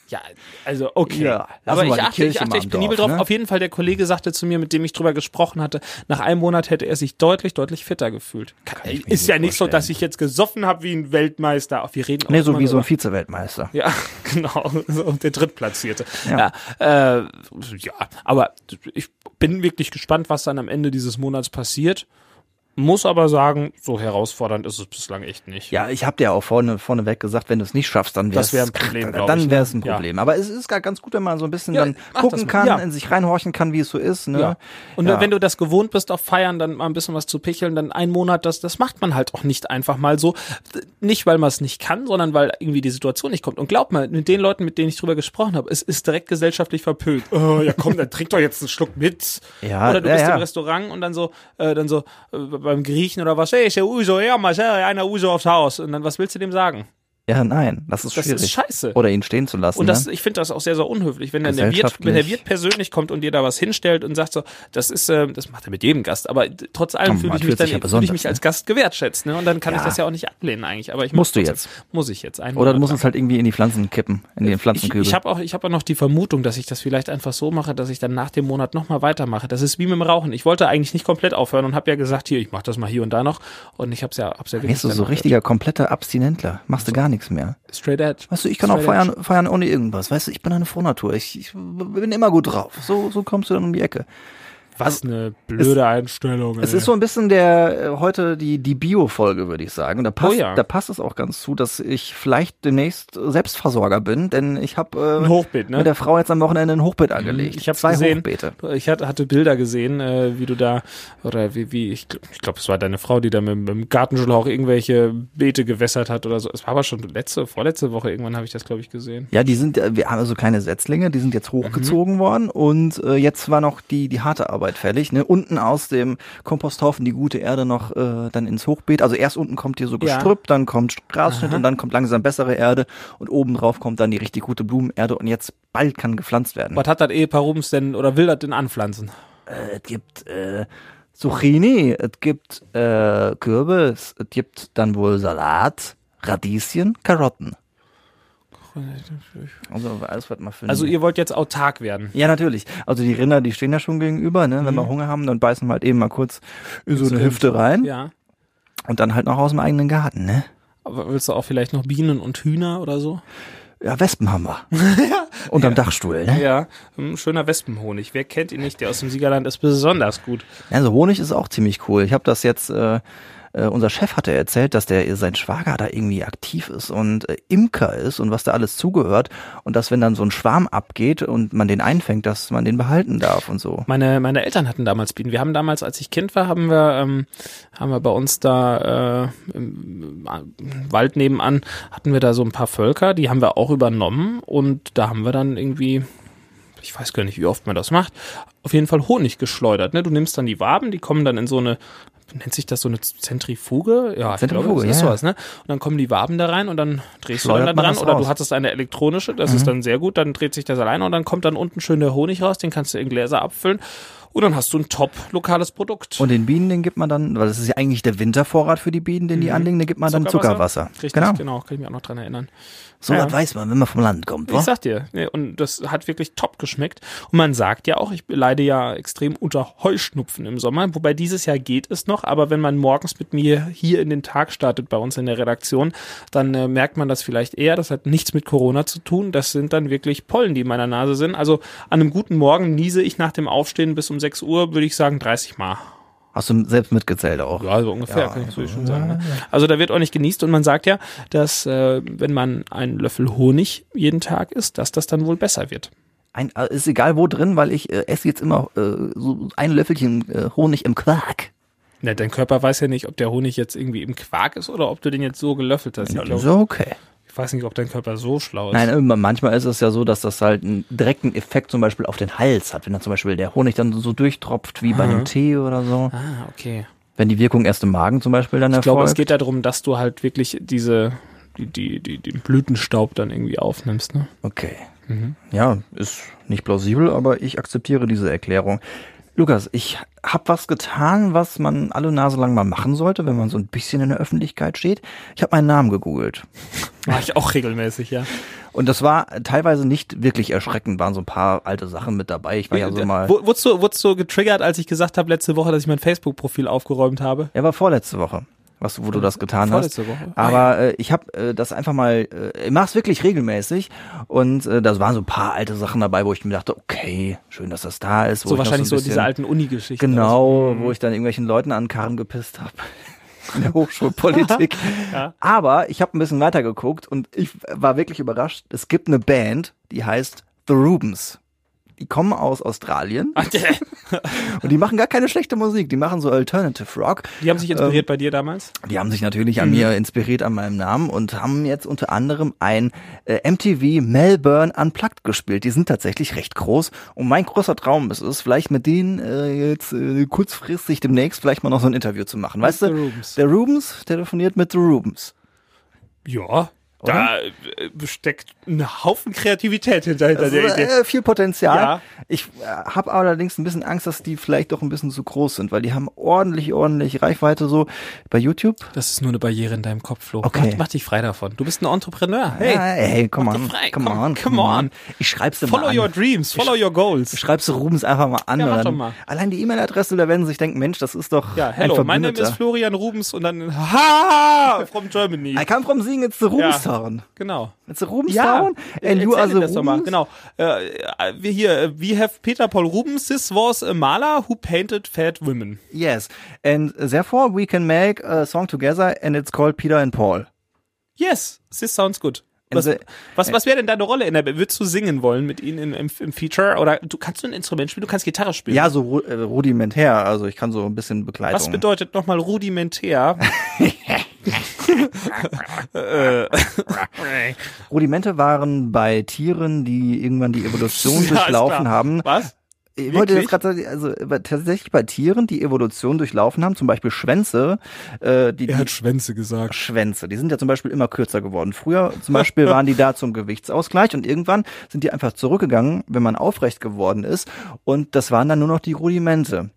[SPEAKER 3] Ja, also okay.
[SPEAKER 2] Ja, lassen
[SPEAKER 3] Aber
[SPEAKER 2] wir
[SPEAKER 3] ich
[SPEAKER 2] die
[SPEAKER 3] achte, ich
[SPEAKER 2] Kirche
[SPEAKER 3] achte,
[SPEAKER 2] mal
[SPEAKER 3] ich
[SPEAKER 2] im
[SPEAKER 3] bin Dorf,
[SPEAKER 2] Dorf,
[SPEAKER 3] drauf.
[SPEAKER 2] ne?
[SPEAKER 3] Auf jeden Fall, der Kollege sagte zu mir, mit dem ich drüber gesprochen hatte, nach einem Monat hätte er sich deutlich, deutlich fitter gefühlt.
[SPEAKER 2] ich mir
[SPEAKER 3] ist
[SPEAKER 2] gut
[SPEAKER 3] ja nicht so,
[SPEAKER 2] vorstellen.
[SPEAKER 3] dass ich jetzt gesoffen habe wie ein Weltmeister. Ach, wir reden auch
[SPEAKER 2] Nee, so
[SPEAKER 3] immer
[SPEAKER 2] wie so
[SPEAKER 3] nur-
[SPEAKER 2] ein Vize-Weltmeister.
[SPEAKER 3] ja, genau, so der Drittplatzierte. Ja.
[SPEAKER 2] Ja.
[SPEAKER 3] Ja, äh, ja, aber ich bin wirklich gespannt, was dann am Ende dieses Monats passiert. Muss aber sagen, so herausfordernd ist es bislang echt nicht.
[SPEAKER 2] Ja, ich hab dir auch vorne vorneweg gesagt, wenn du es nicht schaffst, dann wär's,
[SPEAKER 3] Das wär ein Problem, glaub ich,
[SPEAKER 2] Dann
[SPEAKER 3] ne?
[SPEAKER 2] wär's ein
[SPEAKER 3] Ja.
[SPEAKER 2] Problem. Aber es ist gar ganz gut, wenn man so ein bisschen
[SPEAKER 3] Ja,
[SPEAKER 2] dann
[SPEAKER 3] mach das
[SPEAKER 2] gucken
[SPEAKER 3] mal.
[SPEAKER 2] kann,
[SPEAKER 3] Ja.
[SPEAKER 2] in sich reinhorchen kann, wie es so ist. Ne?
[SPEAKER 3] Ja. Und
[SPEAKER 2] Ja.
[SPEAKER 3] wenn du das gewohnt bist, auf Feiern dann mal ein bisschen was zu picheln, dann einen Monat, das, das macht man halt auch nicht einfach mal so. Nicht, weil man es nicht kann, sondern weil irgendwie die Situation nicht kommt. Und glaub mal, mit den Leuten, mit denen ich drüber gesprochen habe, es ist direkt gesellschaftlich verpönt. Oh, ja komm, dann trink doch jetzt einen Schluck mit.
[SPEAKER 2] Ja,
[SPEAKER 3] oder du
[SPEAKER 2] ja,
[SPEAKER 3] bist
[SPEAKER 2] ja.
[SPEAKER 3] im Restaurant und dann so, äh, dann so äh, beim Griechen oder was, hey, ist der Uso, ja, mal hey, einer Uso aufs Haus. Und dann, was willst du dem sagen?
[SPEAKER 2] ja, nein, das ist
[SPEAKER 3] Das
[SPEAKER 2] schwierig.
[SPEAKER 3] ist scheiße.
[SPEAKER 2] Oder ihn stehen zu lassen.
[SPEAKER 3] Und das,
[SPEAKER 2] ne?
[SPEAKER 3] ich finde das auch sehr, sehr unhöflich, wenn dann der Wirt,
[SPEAKER 2] Gesellschaftlich.
[SPEAKER 3] wenn der Wirt persönlich kommt und dir da was hinstellt und sagt so, das ist, äh, das macht er mit jedem Gast, aber d- trotz allem
[SPEAKER 2] Man
[SPEAKER 3] fühle ich mich
[SPEAKER 2] fühlt
[SPEAKER 3] dann,
[SPEAKER 2] sich ja
[SPEAKER 3] fühle ich
[SPEAKER 2] besonders,
[SPEAKER 3] mich
[SPEAKER 2] ne?
[SPEAKER 3] als Gast gewertschätzt, ne? Und dann kann ich
[SPEAKER 2] Ja.
[SPEAKER 3] das ja auch nicht ablehnen eigentlich, aber ich
[SPEAKER 2] Musst du
[SPEAKER 3] muss-
[SPEAKER 2] jetzt.
[SPEAKER 3] muss ich jetzt ein
[SPEAKER 2] Oder du musst es halt irgendwie in die Pflanzen kippen, in den
[SPEAKER 3] ich,
[SPEAKER 2] Pflanzenkübel.
[SPEAKER 3] ich habe auch, ich habe auch noch die Vermutung, dass ich das vielleicht einfach so mache, dass ich dann nach dem Monat nochmal weitermache. Das ist wie mit dem Rauchen. Ich wollte eigentlich nicht komplett aufhören und habe ja gesagt, hier, ich mache das mal hier und da noch. Und ich habe es ja, hab's ja
[SPEAKER 2] Wirst du so
[SPEAKER 3] dann-
[SPEAKER 2] richtiger, kompletter Abstinentler. Machst du gar nichts mehr.
[SPEAKER 3] Straight Edge.
[SPEAKER 2] Weißt du, ich kann auch feiern, feiern ohne irgendwas. Weißt du, ich bin eine Frohnatur. Ich, ich bin immer gut drauf. So, so kommst du dann um die Ecke.
[SPEAKER 3] Was eine blöde Einstellung.
[SPEAKER 2] Es
[SPEAKER 3] ey.
[SPEAKER 2] ist so ein bisschen der äh, heute die die Bio-Folge, würde ich sagen. Und da passt,
[SPEAKER 3] Oh ja.
[SPEAKER 2] da passt es auch ganz zu, dass ich vielleicht demnächst Selbstversorger bin, denn ich habe äh,
[SPEAKER 3] Ein Hochbeet, ne? Hm,
[SPEAKER 2] mit der Frau jetzt am Wochenende ein Hochbeet angelegt.
[SPEAKER 3] Ich habe
[SPEAKER 2] zwei
[SPEAKER 3] gesehen.
[SPEAKER 2] Hochbeete.
[SPEAKER 3] Ich hat- hatte Bilder gesehen, äh, wie du da oder wie wie ich, gl- ich glaube, es war deine Frau, die da mit, mit dem Gartenschlauch irgendwelche Beete gewässert hat oder so. Es war aber schon letzte vorletzte Woche irgendwann habe ich das glaube ich gesehen.
[SPEAKER 2] Ja, die sind, äh, wir haben also keine Setzlinge, die sind jetzt
[SPEAKER 3] Mhm.
[SPEAKER 2] hochgezogen worden und äh, jetzt war noch die die harte Arbeit fällig. Ne? Unten aus dem Komposthaufen die gute Erde noch äh, dann ins Hochbeet. Also erst unten kommt hier so
[SPEAKER 3] Ja.
[SPEAKER 2] Gestrüpp, dann kommt Grasschnitt und dann kommt langsam bessere Erde und oben drauf kommt dann die richtig gute Blumenerde und jetzt bald kann gepflanzt werden.
[SPEAKER 3] Was hat das Ehepaar Rubens denn oder will das denn anpflanzen?
[SPEAKER 2] es gibt äh, Zucchini, es gibt äh, Kürbis, es gibt dann wohl Salat, Radieschen, Karotten. Also alles, was man findet.
[SPEAKER 3] Also ihr wollt jetzt autark werden.
[SPEAKER 2] ja, natürlich. Also die Rinder, die stehen ja schon gegenüber, ne?
[SPEAKER 3] Mhm.
[SPEAKER 2] Wenn wir Hunger haben, dann beißen wir halt eben mal kurz in so eine Hüfte rein
[SPEAKER 3] Ja.
[SPEAKER 2] und dann halt noch aus dem eigenen Garten, ne?
[SPEAKER 3] Aber willst du auch vielleicht noch Bienen und Hühner oder so?
[SPEAKER 2] Ja, Wespen haben wir. Unterm Dachstuhl, ne?
[SPEAKER 3] Ja, ein schöner Wespenhonig. Wer kennt ihn nicht? Der aus dem Siegerland ist besonders gut.
[SPEAKER 2] Also Honig ist auch ziemlich cool. Ich habe das jetzt, äh, äh, unser Chef hatte erzählt, dass der sein Schwager da irgendwie aktiv ist und äh, Imker ist und was da alles zugehört und dass wenn dann so ein Schwarm abgeht und man den einfängt, dass man den behalten darf und so.
[SPEAKER 3] Meine, meine Eltern hatten damals Bienen. Wir haben damals, als ich Kind war, haben wir, ähm, haben wir bei uns da äh, im äh, Wald nebenan, hatten wir da so ein paar Völker, die haben wir auch übernommen und da haben wir dann irgendwie, ich weiß gar nicht, wie oft man das macht, auf jeden Fall Honig geschleudert. Ne? Du nimmst dann die Waben, die kommen dann in so eine, nennt sich das so eine Zentrifuge? Ja,
[SPEAKER 2] Zentrifuge,
[SPEAKER 3] ich glaube, das ist
[SPEAKER 2] ja, ja.
[SPEAKER 3] sowas, ne? Und dann kommen die Waben da rein und dann drehst
[SPEAKER 2] Schleudert
[SPEAKER 3] du dann da
[SPEAKER 2] man
[SPEAKER 3] dran
[SPEAKER 2] das
[SPEAKER 3] oder
[SPEAKER 2] raus.
[SPEAKER 3] du hattest eine elektronische, das
[SPEAKER 2] Mhm.
[SPEAKER 3] ist dann sehr gut, dann dreht sich das alleine und dann kommt dann unten schön der Honig raus, den kannst du in Gläser abfüllen und dann hast du ein top lokales Produkt.
[SPEAKER 2] Und den Bienen, den gibt man dann, weil das ist ja eigentlich der Wintervorrat für die Bienen, den die anlegen, den gibt man dann Zuckerwasser.
[SPEAKER 3] Mhm. Richtig,
[SPEAKER 2] genau.
[SPEAKER 3] genau. kann ich mich auch noch dran erinnern.
[SPEAKER 2] So,
[SPEAKER 3] Ja.
[SPEAKER 2] das weiß man, wenn man vom Land kommt.
[SPEAKER 3] Ich
[SPEAKER 2] wa?
[SPEAKER 3] sag dir, nee, und das hat wirklich top geschmeckt. Und man sagt ja auch, ich leide ja extrem unter Heuschnupfen im Sommer, wobei dieses Jahr geht es noch, aber wenn man morgens mit mir hier in den Tag startet bei uns in der Redaktion, dann äh, merkt man das vielleicht eher. Das hat nichts mit Corona zu tun. Das sind dann wirklich Pollen, die in meiner Nase sind. Also an einem guten Morgen niese ich nach dem Aufstehen bis um 6 Uhr, würde ich sagen, 30 Mal.
[SPEAKER 2] Hast du selbst mitgezählt auch.
[SPEAKER 3] Ja, so ungefähr, kann ich so schon sagen. Ne? Also da wird auch nicht genießt und man sagt ja, dass äh, wenn man einen Löffel Honig jeden Tag isst, dass das dann wohl besser wird.
[SPEAKER 2] Ein, äh, ist egal wo drin, weil ich äh, esse jetzt immer äh, so ein Löffelchen äh, Honig im Quark.
[SPEAKER 3] Na, dein Körper weiß ja nicht, ob der Honig jetzt irgendwie im Quark ist oder ob du den jetzt so gelöffelt hast. Ich, glaub,
[SPEAKER 2] So okay.
[SPEAKER 3] ich weiß nicht, ob dein Körper so schlau ist.
[SPEAKER 2] Nein, immer- manchmal ist es ja so, dass das halt einen direkten Effekt zum Beispiel auf den Hals hat, wenn dann zum Beispiel der Honig dann so durchtropft wie bei einem Tee oder so.
[SPEAKER 3] Ah, okay.
[SPEAKER 2] Wenn die Wirkung erst im Magen zum Beispiel dann
[SPEAKER 3] Ich glaube, es
[SPEAKER 2] erfolgt.
[SPEAKER 3] geht darum, dass du halt wirklich diese, die, die, die, den Blütenstaub dann irgendwie aufnimmst. Ne?
[SPEAKER 2] okay. Ja, ist nicht plausibel, aber ich akzeptiere diese Erklärung. Lukas, ich habe was getan, was man alle Nase lang mal machen sollte, wenn man so ein bisschen in der Öffentlichkeit steht. Ich habe meinen Namen gegoogelt.
[SPEAKER 3] Mach ich auch regelmäßig, ja.
[SPEAKER 2] Und das war teilweise nicht wirklich erschreckend, waren so ein paar alte Sachen mit dabei. Ich war ja so mal.
[SPEAKER 3] Wur- Äh, Wurdest du, wurdest du getriggert, als ich gesagt habe letzte Woche, dass ich mein Facebook-Profil aufgeräumt habe?
[SPEAKER 2] Er war vorletzte Woche, was, wo du das getan
[SPEAKER 3] Vorletzte
[SPEAKER 2] hast.
[SPEAKER 3] Woche? Ah,
[SPEAKER 2] Aber äh, ich habe äh, das einfach mal, äh, ich mach's wirklich regelmäßig und äh, das waren so ein paar alte Sachen dabei, wo ich mir dachte, okay, schön, dass das da ist. Wo
[SPEAKER 3] So
[SPEAKER 2] ich noch
[SPEAKER 3] wahrscheinlich so,
[SPEAKER 2] ein
[SPEAKER 3] diese
[SPEAKER 2] bisschen-
[SPEAKER 3] alten Uni-Geschichten.
[SPEAKER 2] Genau, wo ich dann irgendwelchen Leuten an den Karren gepisst habe. In der Hochschulpolitik. Aber ich habe ein bisschen weiter geguckt und ich war wirklich überrascht. Es gibt eine Band, die heißt The Rubens. Die kommen aus Australien und die machen gar keine schlechte Musik. Die machen so Alternative Rock.
[SPEAKER 3] Die haben sich
[SPEAKER 2] Ähm.
[SPEAKER 3] inspiriert bei dir damals?
[SPEAKER 2] Die haben sich natürlich
[SPEAKER 3] Mhm.
[SPEAKER 2] an mir inspiriert, an meinem Namen und haben jetzt unter anderem ein äh, MTV Melbourne Unplugged gespielt. Die sind tatsächlich recht groß und mein großer Traum ist es, vielleicht mit denen äh, jetzt äh, kurzfristig demnächst vielleicht mal noch so ein Interview zu machen. Weißt
[SPEAKER 3] The
[SPEAKER 2] du,
[SPEAKER 3] Rubens.
[SPEAKER 2] der Rubens telefoniert mit The Rubens.
[SPEAKER 3] Ja. Da äh, steckt ein Haufen Kreativität hinter, hinter
[SPEAKER 2] Also,
[SPEAKER 3] der Idee.
[SPEAKER 2] äh, viel Potenzial.
[SPEAKER 3] Ja.
[SPEAKER 2] Ich äh, habe allerdings ein bisschen Angst, dass die vielleicht doch ein bisschen zu groß sind, weil die haben ordentlich, ordentlich Reichweite so bei YouTube.
[SPEAKER 3] Das ist nur eine Barriere in deinem Kopf, Flo.
[SPEAKER 2] Okay.
[SPEAKER 3] Mach, mach dich frei davon. Du bist ein Entrepreneur. Hey,
[SPEAKER 2] Ja, hey, come
[SPEAKER 3] mach dich
[SPEAKER 2] on,
[SPEAKER 3] frei.
[SPEAKER 2] come
[SPEAKER 3] Komm,
[SPEAKER 2] on,
[SPEAKER 3] come on.
[SPEAKER 2] Ich schreib's dir
[SPEAKER 3] follow
[SPEAKER 2] mal an.
[SPEAKER 3] your dreams, follow your goals.
[SPEAKER 2] Schreibst du Rubens einfach mal an.
[SPEAKER 3] Ja, mach
[SPEAKER 2] oder?
[SPEAKER 3] doch mal.
[SPEAKER 2] Allein die E-Mail-Adresse, da werden sie sich denken, Mensch, das ist doch
[SPEAKER 3] Ja,
[SPEAKER 2] ein
[SPEAKER 3] hello, mein Name
[SPEAKER 2] Verbündeter.
[SPEAKER 3] ist Florian Rubens und dann ha from Germany.
[SPEAKER 2] I come from seeing it's the Rubenstown.
[SPEAKER 3] Genau.
[SPEAKER 2] It's the Rubenstown and you
[SPEAKER 3] erzähl
[SPEAKER 2] are
[SPEAKER 3] dir
[SPEAKER 2] the
[SPEAKER 3] e- das doch mal.
[SPEAKER 2] Rubens.
[SPEAKER 3] Genau. Äh, wir hier, äh, we have Peter Paul Rubens. This was a maler who painted fat women.
[SPEAKER 2] Yes. And therefore we can make a song together and it's called Peter and Paul.
[SPEAKER 3] Yes, this sounds good.
[SPEAKER 2] And
[SPEAKER 3] Was,
[SPEAKER 2] the-
[SPEAKER 3] was, was wäre denn deine Rolle in der Band? Würdest du singen wollen mit ihnen im, im, im Feature? Oder du kannst du ein Instrument spielen, du kannst Gitarre spielen.
[SPEAKER 2] Ja, so ru- äh, rudimentär. Also ich kann so ein bisschen Begleitung.
[SPEAKER 3] Was bedeutet nochmal rudimentär?
[SPEAKER 2] Rudimente waren bei Tieren, die irgendwann die Evolution
[SPEAKER 3] Ja, ist
[SPEAKER 2] durchlaufen
[SPEAKER 3] klar.
[SPEAKER 2] haben.
[SPEAKER 3] Was?
[SPEAKER 2] Ich wollte das
[SPEAKER 3] Wirklich?
[SPEAKER 2] gerade sagen, also äh, tatsächlich bei Tieren, die Evolution durchlaufen haben, zum Beispiel Schwänze, äh, die, die
[SPEAKER 3] Schwänze gesagt.
[SPEAKER 2] Schwänze. Die sind ja zum Beispiel immer kürzer geworden. Früher zum Beispiel waren die da zum Gewichtsausgleich und irgendwann sind die einfach zurückgegangen, wenn man aufrecht geworden ist. Und das waren dann nur noch die Rudimente.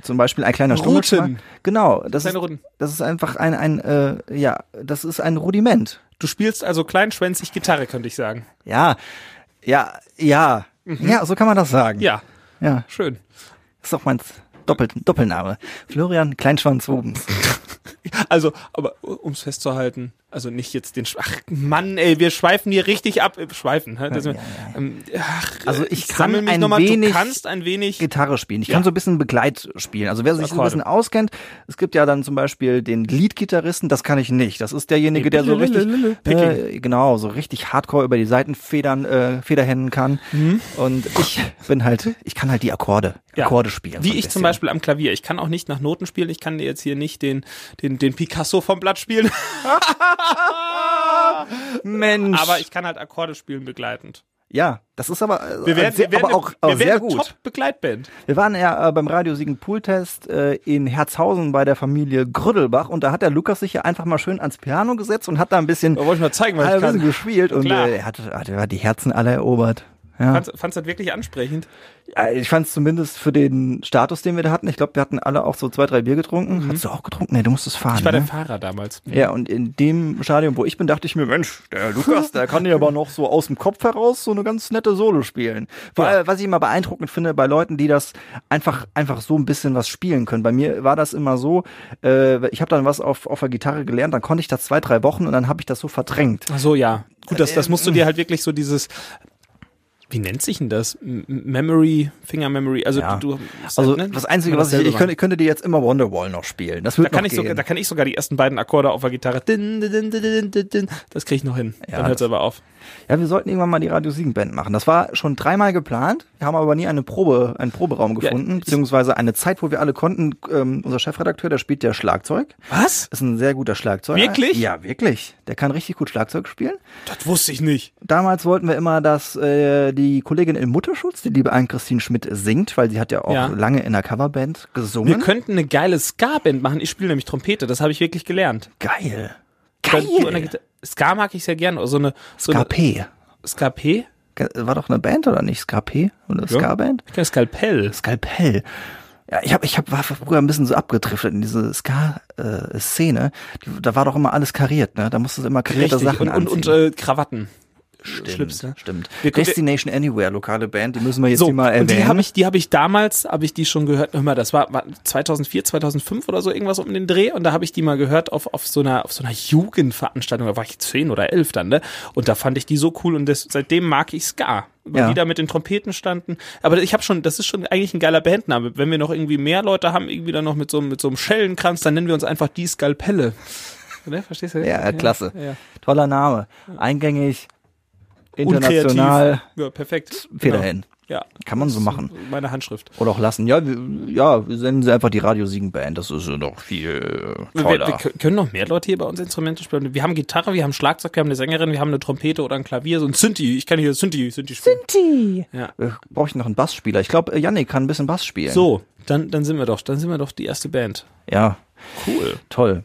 [SPEAKER 2] Zum Beispiel ein kleiner
[SPEAKER 3] Ruten.
[SPEAKER 2] Strungelzwerg. Genau, das ist,
[SPEAKER 3] Kleine Ruten.
[SPEAKER 2] das ist einfach ein, ein äh, ja, das ist ein Rudiment.
[SPEAKER 3] Du spielst also kleinschwänzig Gitarre, könnte ich sagen.
[SPEAKER 2] Ja, ja, ja. Ja, so kann man das sagen.
[SPEAKER 3] Mhm. Ja,
[SPEAKER 2] ja.
[SPEAKER 3] schön.
[SPEAKER 2] Ist doch mein Doppel Doppelname. Florian Kleinschwanz Rubens.
[SPEAKER 3] Also, aber ums festzuhalten, also nicht jetzt den Sch Ach Mann, ey, wir schweifen hier richtig ab. Äh, Schweifen, hä? Das,
[SPEAKER 2] Ja, ja,
[SPEAKER 3] ähm, ach,
[SPEAKER 2] Also
[SPEAKER 3] äh,
[SPEAKER 2] ich kann
[SPEAKER 3] sammel mich
[SPEAKER 2] ein
[SPEAKER 3] noch mal.
[SPEAKER 2] wenig
[SPEAKER 3] du kannst ein wenig.
[SPEAKER 2] Gitarre spielen. Ich
[SPEAKER 3] Ja.
[SPEAKER 2] kann so ein bisschen Begleit spielen. Also wer sich so ein
[SPEAKER 3] Akkorde.
[SPEAKER 2] bisschen auskennt, es gibt ja dann zum Beispiel den Lead-Gitarristen, das kann ich nicht. Das ist derjenige, der so richtig, äh, genau, so richtig hardcore über die Seiten federn, äh, federhennen kann. Und ich bin halt, ich kann halt die Akkorde,
[SPEAKER 3] Ja.
[SPEAKER 2] Akkorde spielen. so
[SPEAKER 3] Wie
[SPEAKER 2] ein
[SPEAKER 3] ich zum
[SPEAKER 2] bisschen.
[SPEAKER 3] Beispiel am Klavier. Ich kann auch nicht nach Noten spielen. Ich kann dir jetzt hier nicht den, den, den Picasso vom Blatt spielen.
[SPEAKER 2] Mensch.
[SPEAKER 3] Aber ich kann halt Akkorde spielen begleitend.
[SPEAKER 2] ja, das ist aber, äh,
[SPEAKER 3] Wir werden,
[SPEAKER 2] sehr,
[SPEAKER 3] wir werden
[SPEAKER 2] aber auch,
[SPEAKER 3] eine,
[SPEAKER 2] auch
[SPEAKER 3] wir werden
[SPEAKER 2] sehr
[SPEAKER 3] eine
[SPEAKER 2] gut.
[SPEAKER 3] Top-Begleitband.
[SPEAKER 2] Wir waren ja äh, beim Radio Siegen Pooltest äh, in Herzhausen bei der Familie Grödelbach und da hat der Lukas sich ja einfach mal schön ans Piano gesetzt und hat da ein bisschen
[SPEAKER 3] Da wollte ich mal zeigen, was
[SPEAKER 2] alle
[SPEAKER 3] ich kann.
[SPEAKER 2] bisschen gespielt und
[SPEAKER 3] Klar.
[SPEAKER 2] äh, er hat, hat, er hat die Herzen alle erobert. Ja.
[SPEAKER 3] Fandst fandst du das wirklich ansprechend?
[SPEAKER 2] Äh, Ich fand es zumindest für den Status, den wir da hatten. Ich glaube, wir hatten alle auch so zwei, drei Bier getrunken. Hast du auch getrunken? Nee, du musstest fahren.
[SPEAKER 3] Mhm. Ich war der
[SPEAKER 2] ne?
[SPEAKER 3] Fahrer damals.
[SPEAKER 2] Ja, und in dem Stadion, wo ich bin, dachte ich mir, Mensch, der Lukas, der kann ja aber noch so aus dem Kopf heraus so eine ganz nette Solo spielen. Vor
[SPEAKER 3] Ja.
[SPEAKER 2] allem, was ich immer beeindruckend finde bei Leuten, die das einfach, einfach so ein bisschen was spielen können. Bei mir war das immer so, äh, ich habe dann was auf, auf der Gitarre gelernt, dann konnte ich das zwei, drei Wochen und dann habe ich das so verdrängt.
[SPEAKER 3] Ach so, ja. Gut, das, das musst du dir halt wirklich so dieses, wie nennt sich denn das? M Memory, Finger Memory, also
[SPEAKER 2] Ja.
[SPEAKER 3] du, ne? du
[SPEAKER 2] Also das Einzige, was ich, ich könnte, ich könnte dir jetzt immer Wonderwall noch spielen. Das
[SPEAKER 3] da
[SPEAKER 2] wird
[SPEAKER 3] kann,
[SPEAKER 2] noch
[SPEAKER 3] ich sogar,
[SPEAKER 2] gehen.
[SPEAKER 3] da kann ich sogar die ersten beiden Akkorde auf der Gitarre. Din, din, din, din, din, din, din. Das kriege ich noch hin.
[SPEAKER 2] Ja,
[SPEAKER 3] Dann hört es aber auf.
[SPEAKER 2] ja, wir sollten irgendwann mal die Radio Siegen Band machen. Das war schon dreimal geplant. Wir haben aber nie eine Probe, einen Proberaum gefunden,
[SPEAKER 3] ich-
[SPEAKER 2] beziehungsweise eine Zeit, wo wir alle konnten. Ähm, unser Chefredakteur, der spielt ja Schlagzeug.
[SPEAKER 3] Was?
[SPEAKER 2] Ist ein sehr guter Schlagzeuger.
[SPEAKER 3] Wirklich?
[SPEAKER 2] Ja, wirklich. Der kann richtig gut Schlagzeug spielen.
[SPEAKER 3] Das wusste ich nicht.
[SPEAKER 2] Damals wollten wir immer, dass äh, die Kollegin im Mutterschutz, die liebe Ann-Christine Schmidt, singt, weil sie hat ja auch
[SPEAKER 3] Ja.
[SPEAKER 2] lange in der Coverband
[SPEAKER 3] Wir
[SPEAKER 2] gesungen.
[SPEAKER 3] könnten eine geile Ska-Band machen. Ich spiele nämlich Trompete, das habe ich wirklich gelernt.
[SPEAKER 2] Geil.
[SPEAKER 3] Weil du an der
[SPEAKER 2] Geil.
[SPEAKER 3] Gita- Ska mag ich sehr gern. Oder so eine, so eine
[SPEAKER 2] KP.
[SPEAKER 3] Skapé?
[SPEAKER 2] Ge- War doch eine Band oder nicht? Skp oder Ska-Band?
[SPEAKER 3] Ich kann Skalpell.
[SPEAKER 2] Skalpell. Ja, ich habe ich hab, war früher ein bisschen so abgedriftet in diese Ska-Szene. Die- da war doch immer alles kariert, ne? Da musstest du immer karierte Sachen
[SPEAKER 3] Und, und, und
[SPEAKER 2] anziehen.
[SPEAKER 3] äh, Krawatten.
[SPEAKER 2] stimmt,
[SPEAKER 3] Schlips, ne?
[SPEAKER 2] stimmt.
[SPEAKER 3] Wir können-
[SPEAKER 2] Destination Anywhere, lokale Band, die müssen wir jetzt
[SPEAKER 3] So,
[SPEAKER 2] hier mal erwähnen.
[SPEAKER 3] und die habe ich, die habe ich damals, habe ich die schon gehört. Hör mal, das war, war 2004, 2005 oder so irgendwas um den Dreh. Und da habe ich die mal gehört auf, auf so einer, auf so einer Jugendveranstaltung. Da war ich zehn oder elf dann, ne? Und da fand ich die so cool und das, seitdem mag ich Ska. Weil
[SPEAKER 2] Ja.
[SPEAKER 3] die da mit den Trompeten standen. Aber ich habe schon, das ist schon eigentlich ein geiler Bandname. Wenn wir noch irgendwie mehr Leute haben, irgendwie dann noch mit so, einem- mit so einem Schellenkranz, dann nennen wir uns einfach die Skalpelle. Ne, verstehst du?
[SPEAKER 2] ja, klasse.
[SPEAKER 3] ja.
[SPEAKER 2] Toller Name. Eingängig,
[SPEAKER 3] Unkreativ.
[SPEAKER 2] international,
[SPEAKER 3] Ja, perfekt. Genau.
[SPEAKER 2] Federhin.
[SPEAKER 3] Ja.
[SPEAKER 2] Kann man so machen.
[SPEAKER 3] Meine Handschrift.
[SPEAKER 2] Oder auch lassen. Ja, wir, ja, wir senden sie einfach die Radio Siegen Band. Das ist ja noch viel äh,
[SPEAKER 3] Wir, wir
[SPEAKER 2] toller.
[SPEAKER 3] kö- können noch mehr Leute hier bei uns Instrumente spielen. Wir haben Gitarre, wir haben Schlagzeug, wir haben eine Sängerin, wir haben eine Trompete oder ein Klavier, so ein Synthi. Ich kann hier Synthi, Synthi spielen.
[SPEAKER 2] Äh, Brauche ich noch einen Bassspieler? Ich glaube, Yannick kann ein bisschen Bass spielen.
[SPEAKER 3] So, dann, dann sind wir doch, dann sind wir doch die erste Band.
[SPEAKER 2] Ja,
[SPEAKER 3] Cool.
[SPEAKER 2] toll.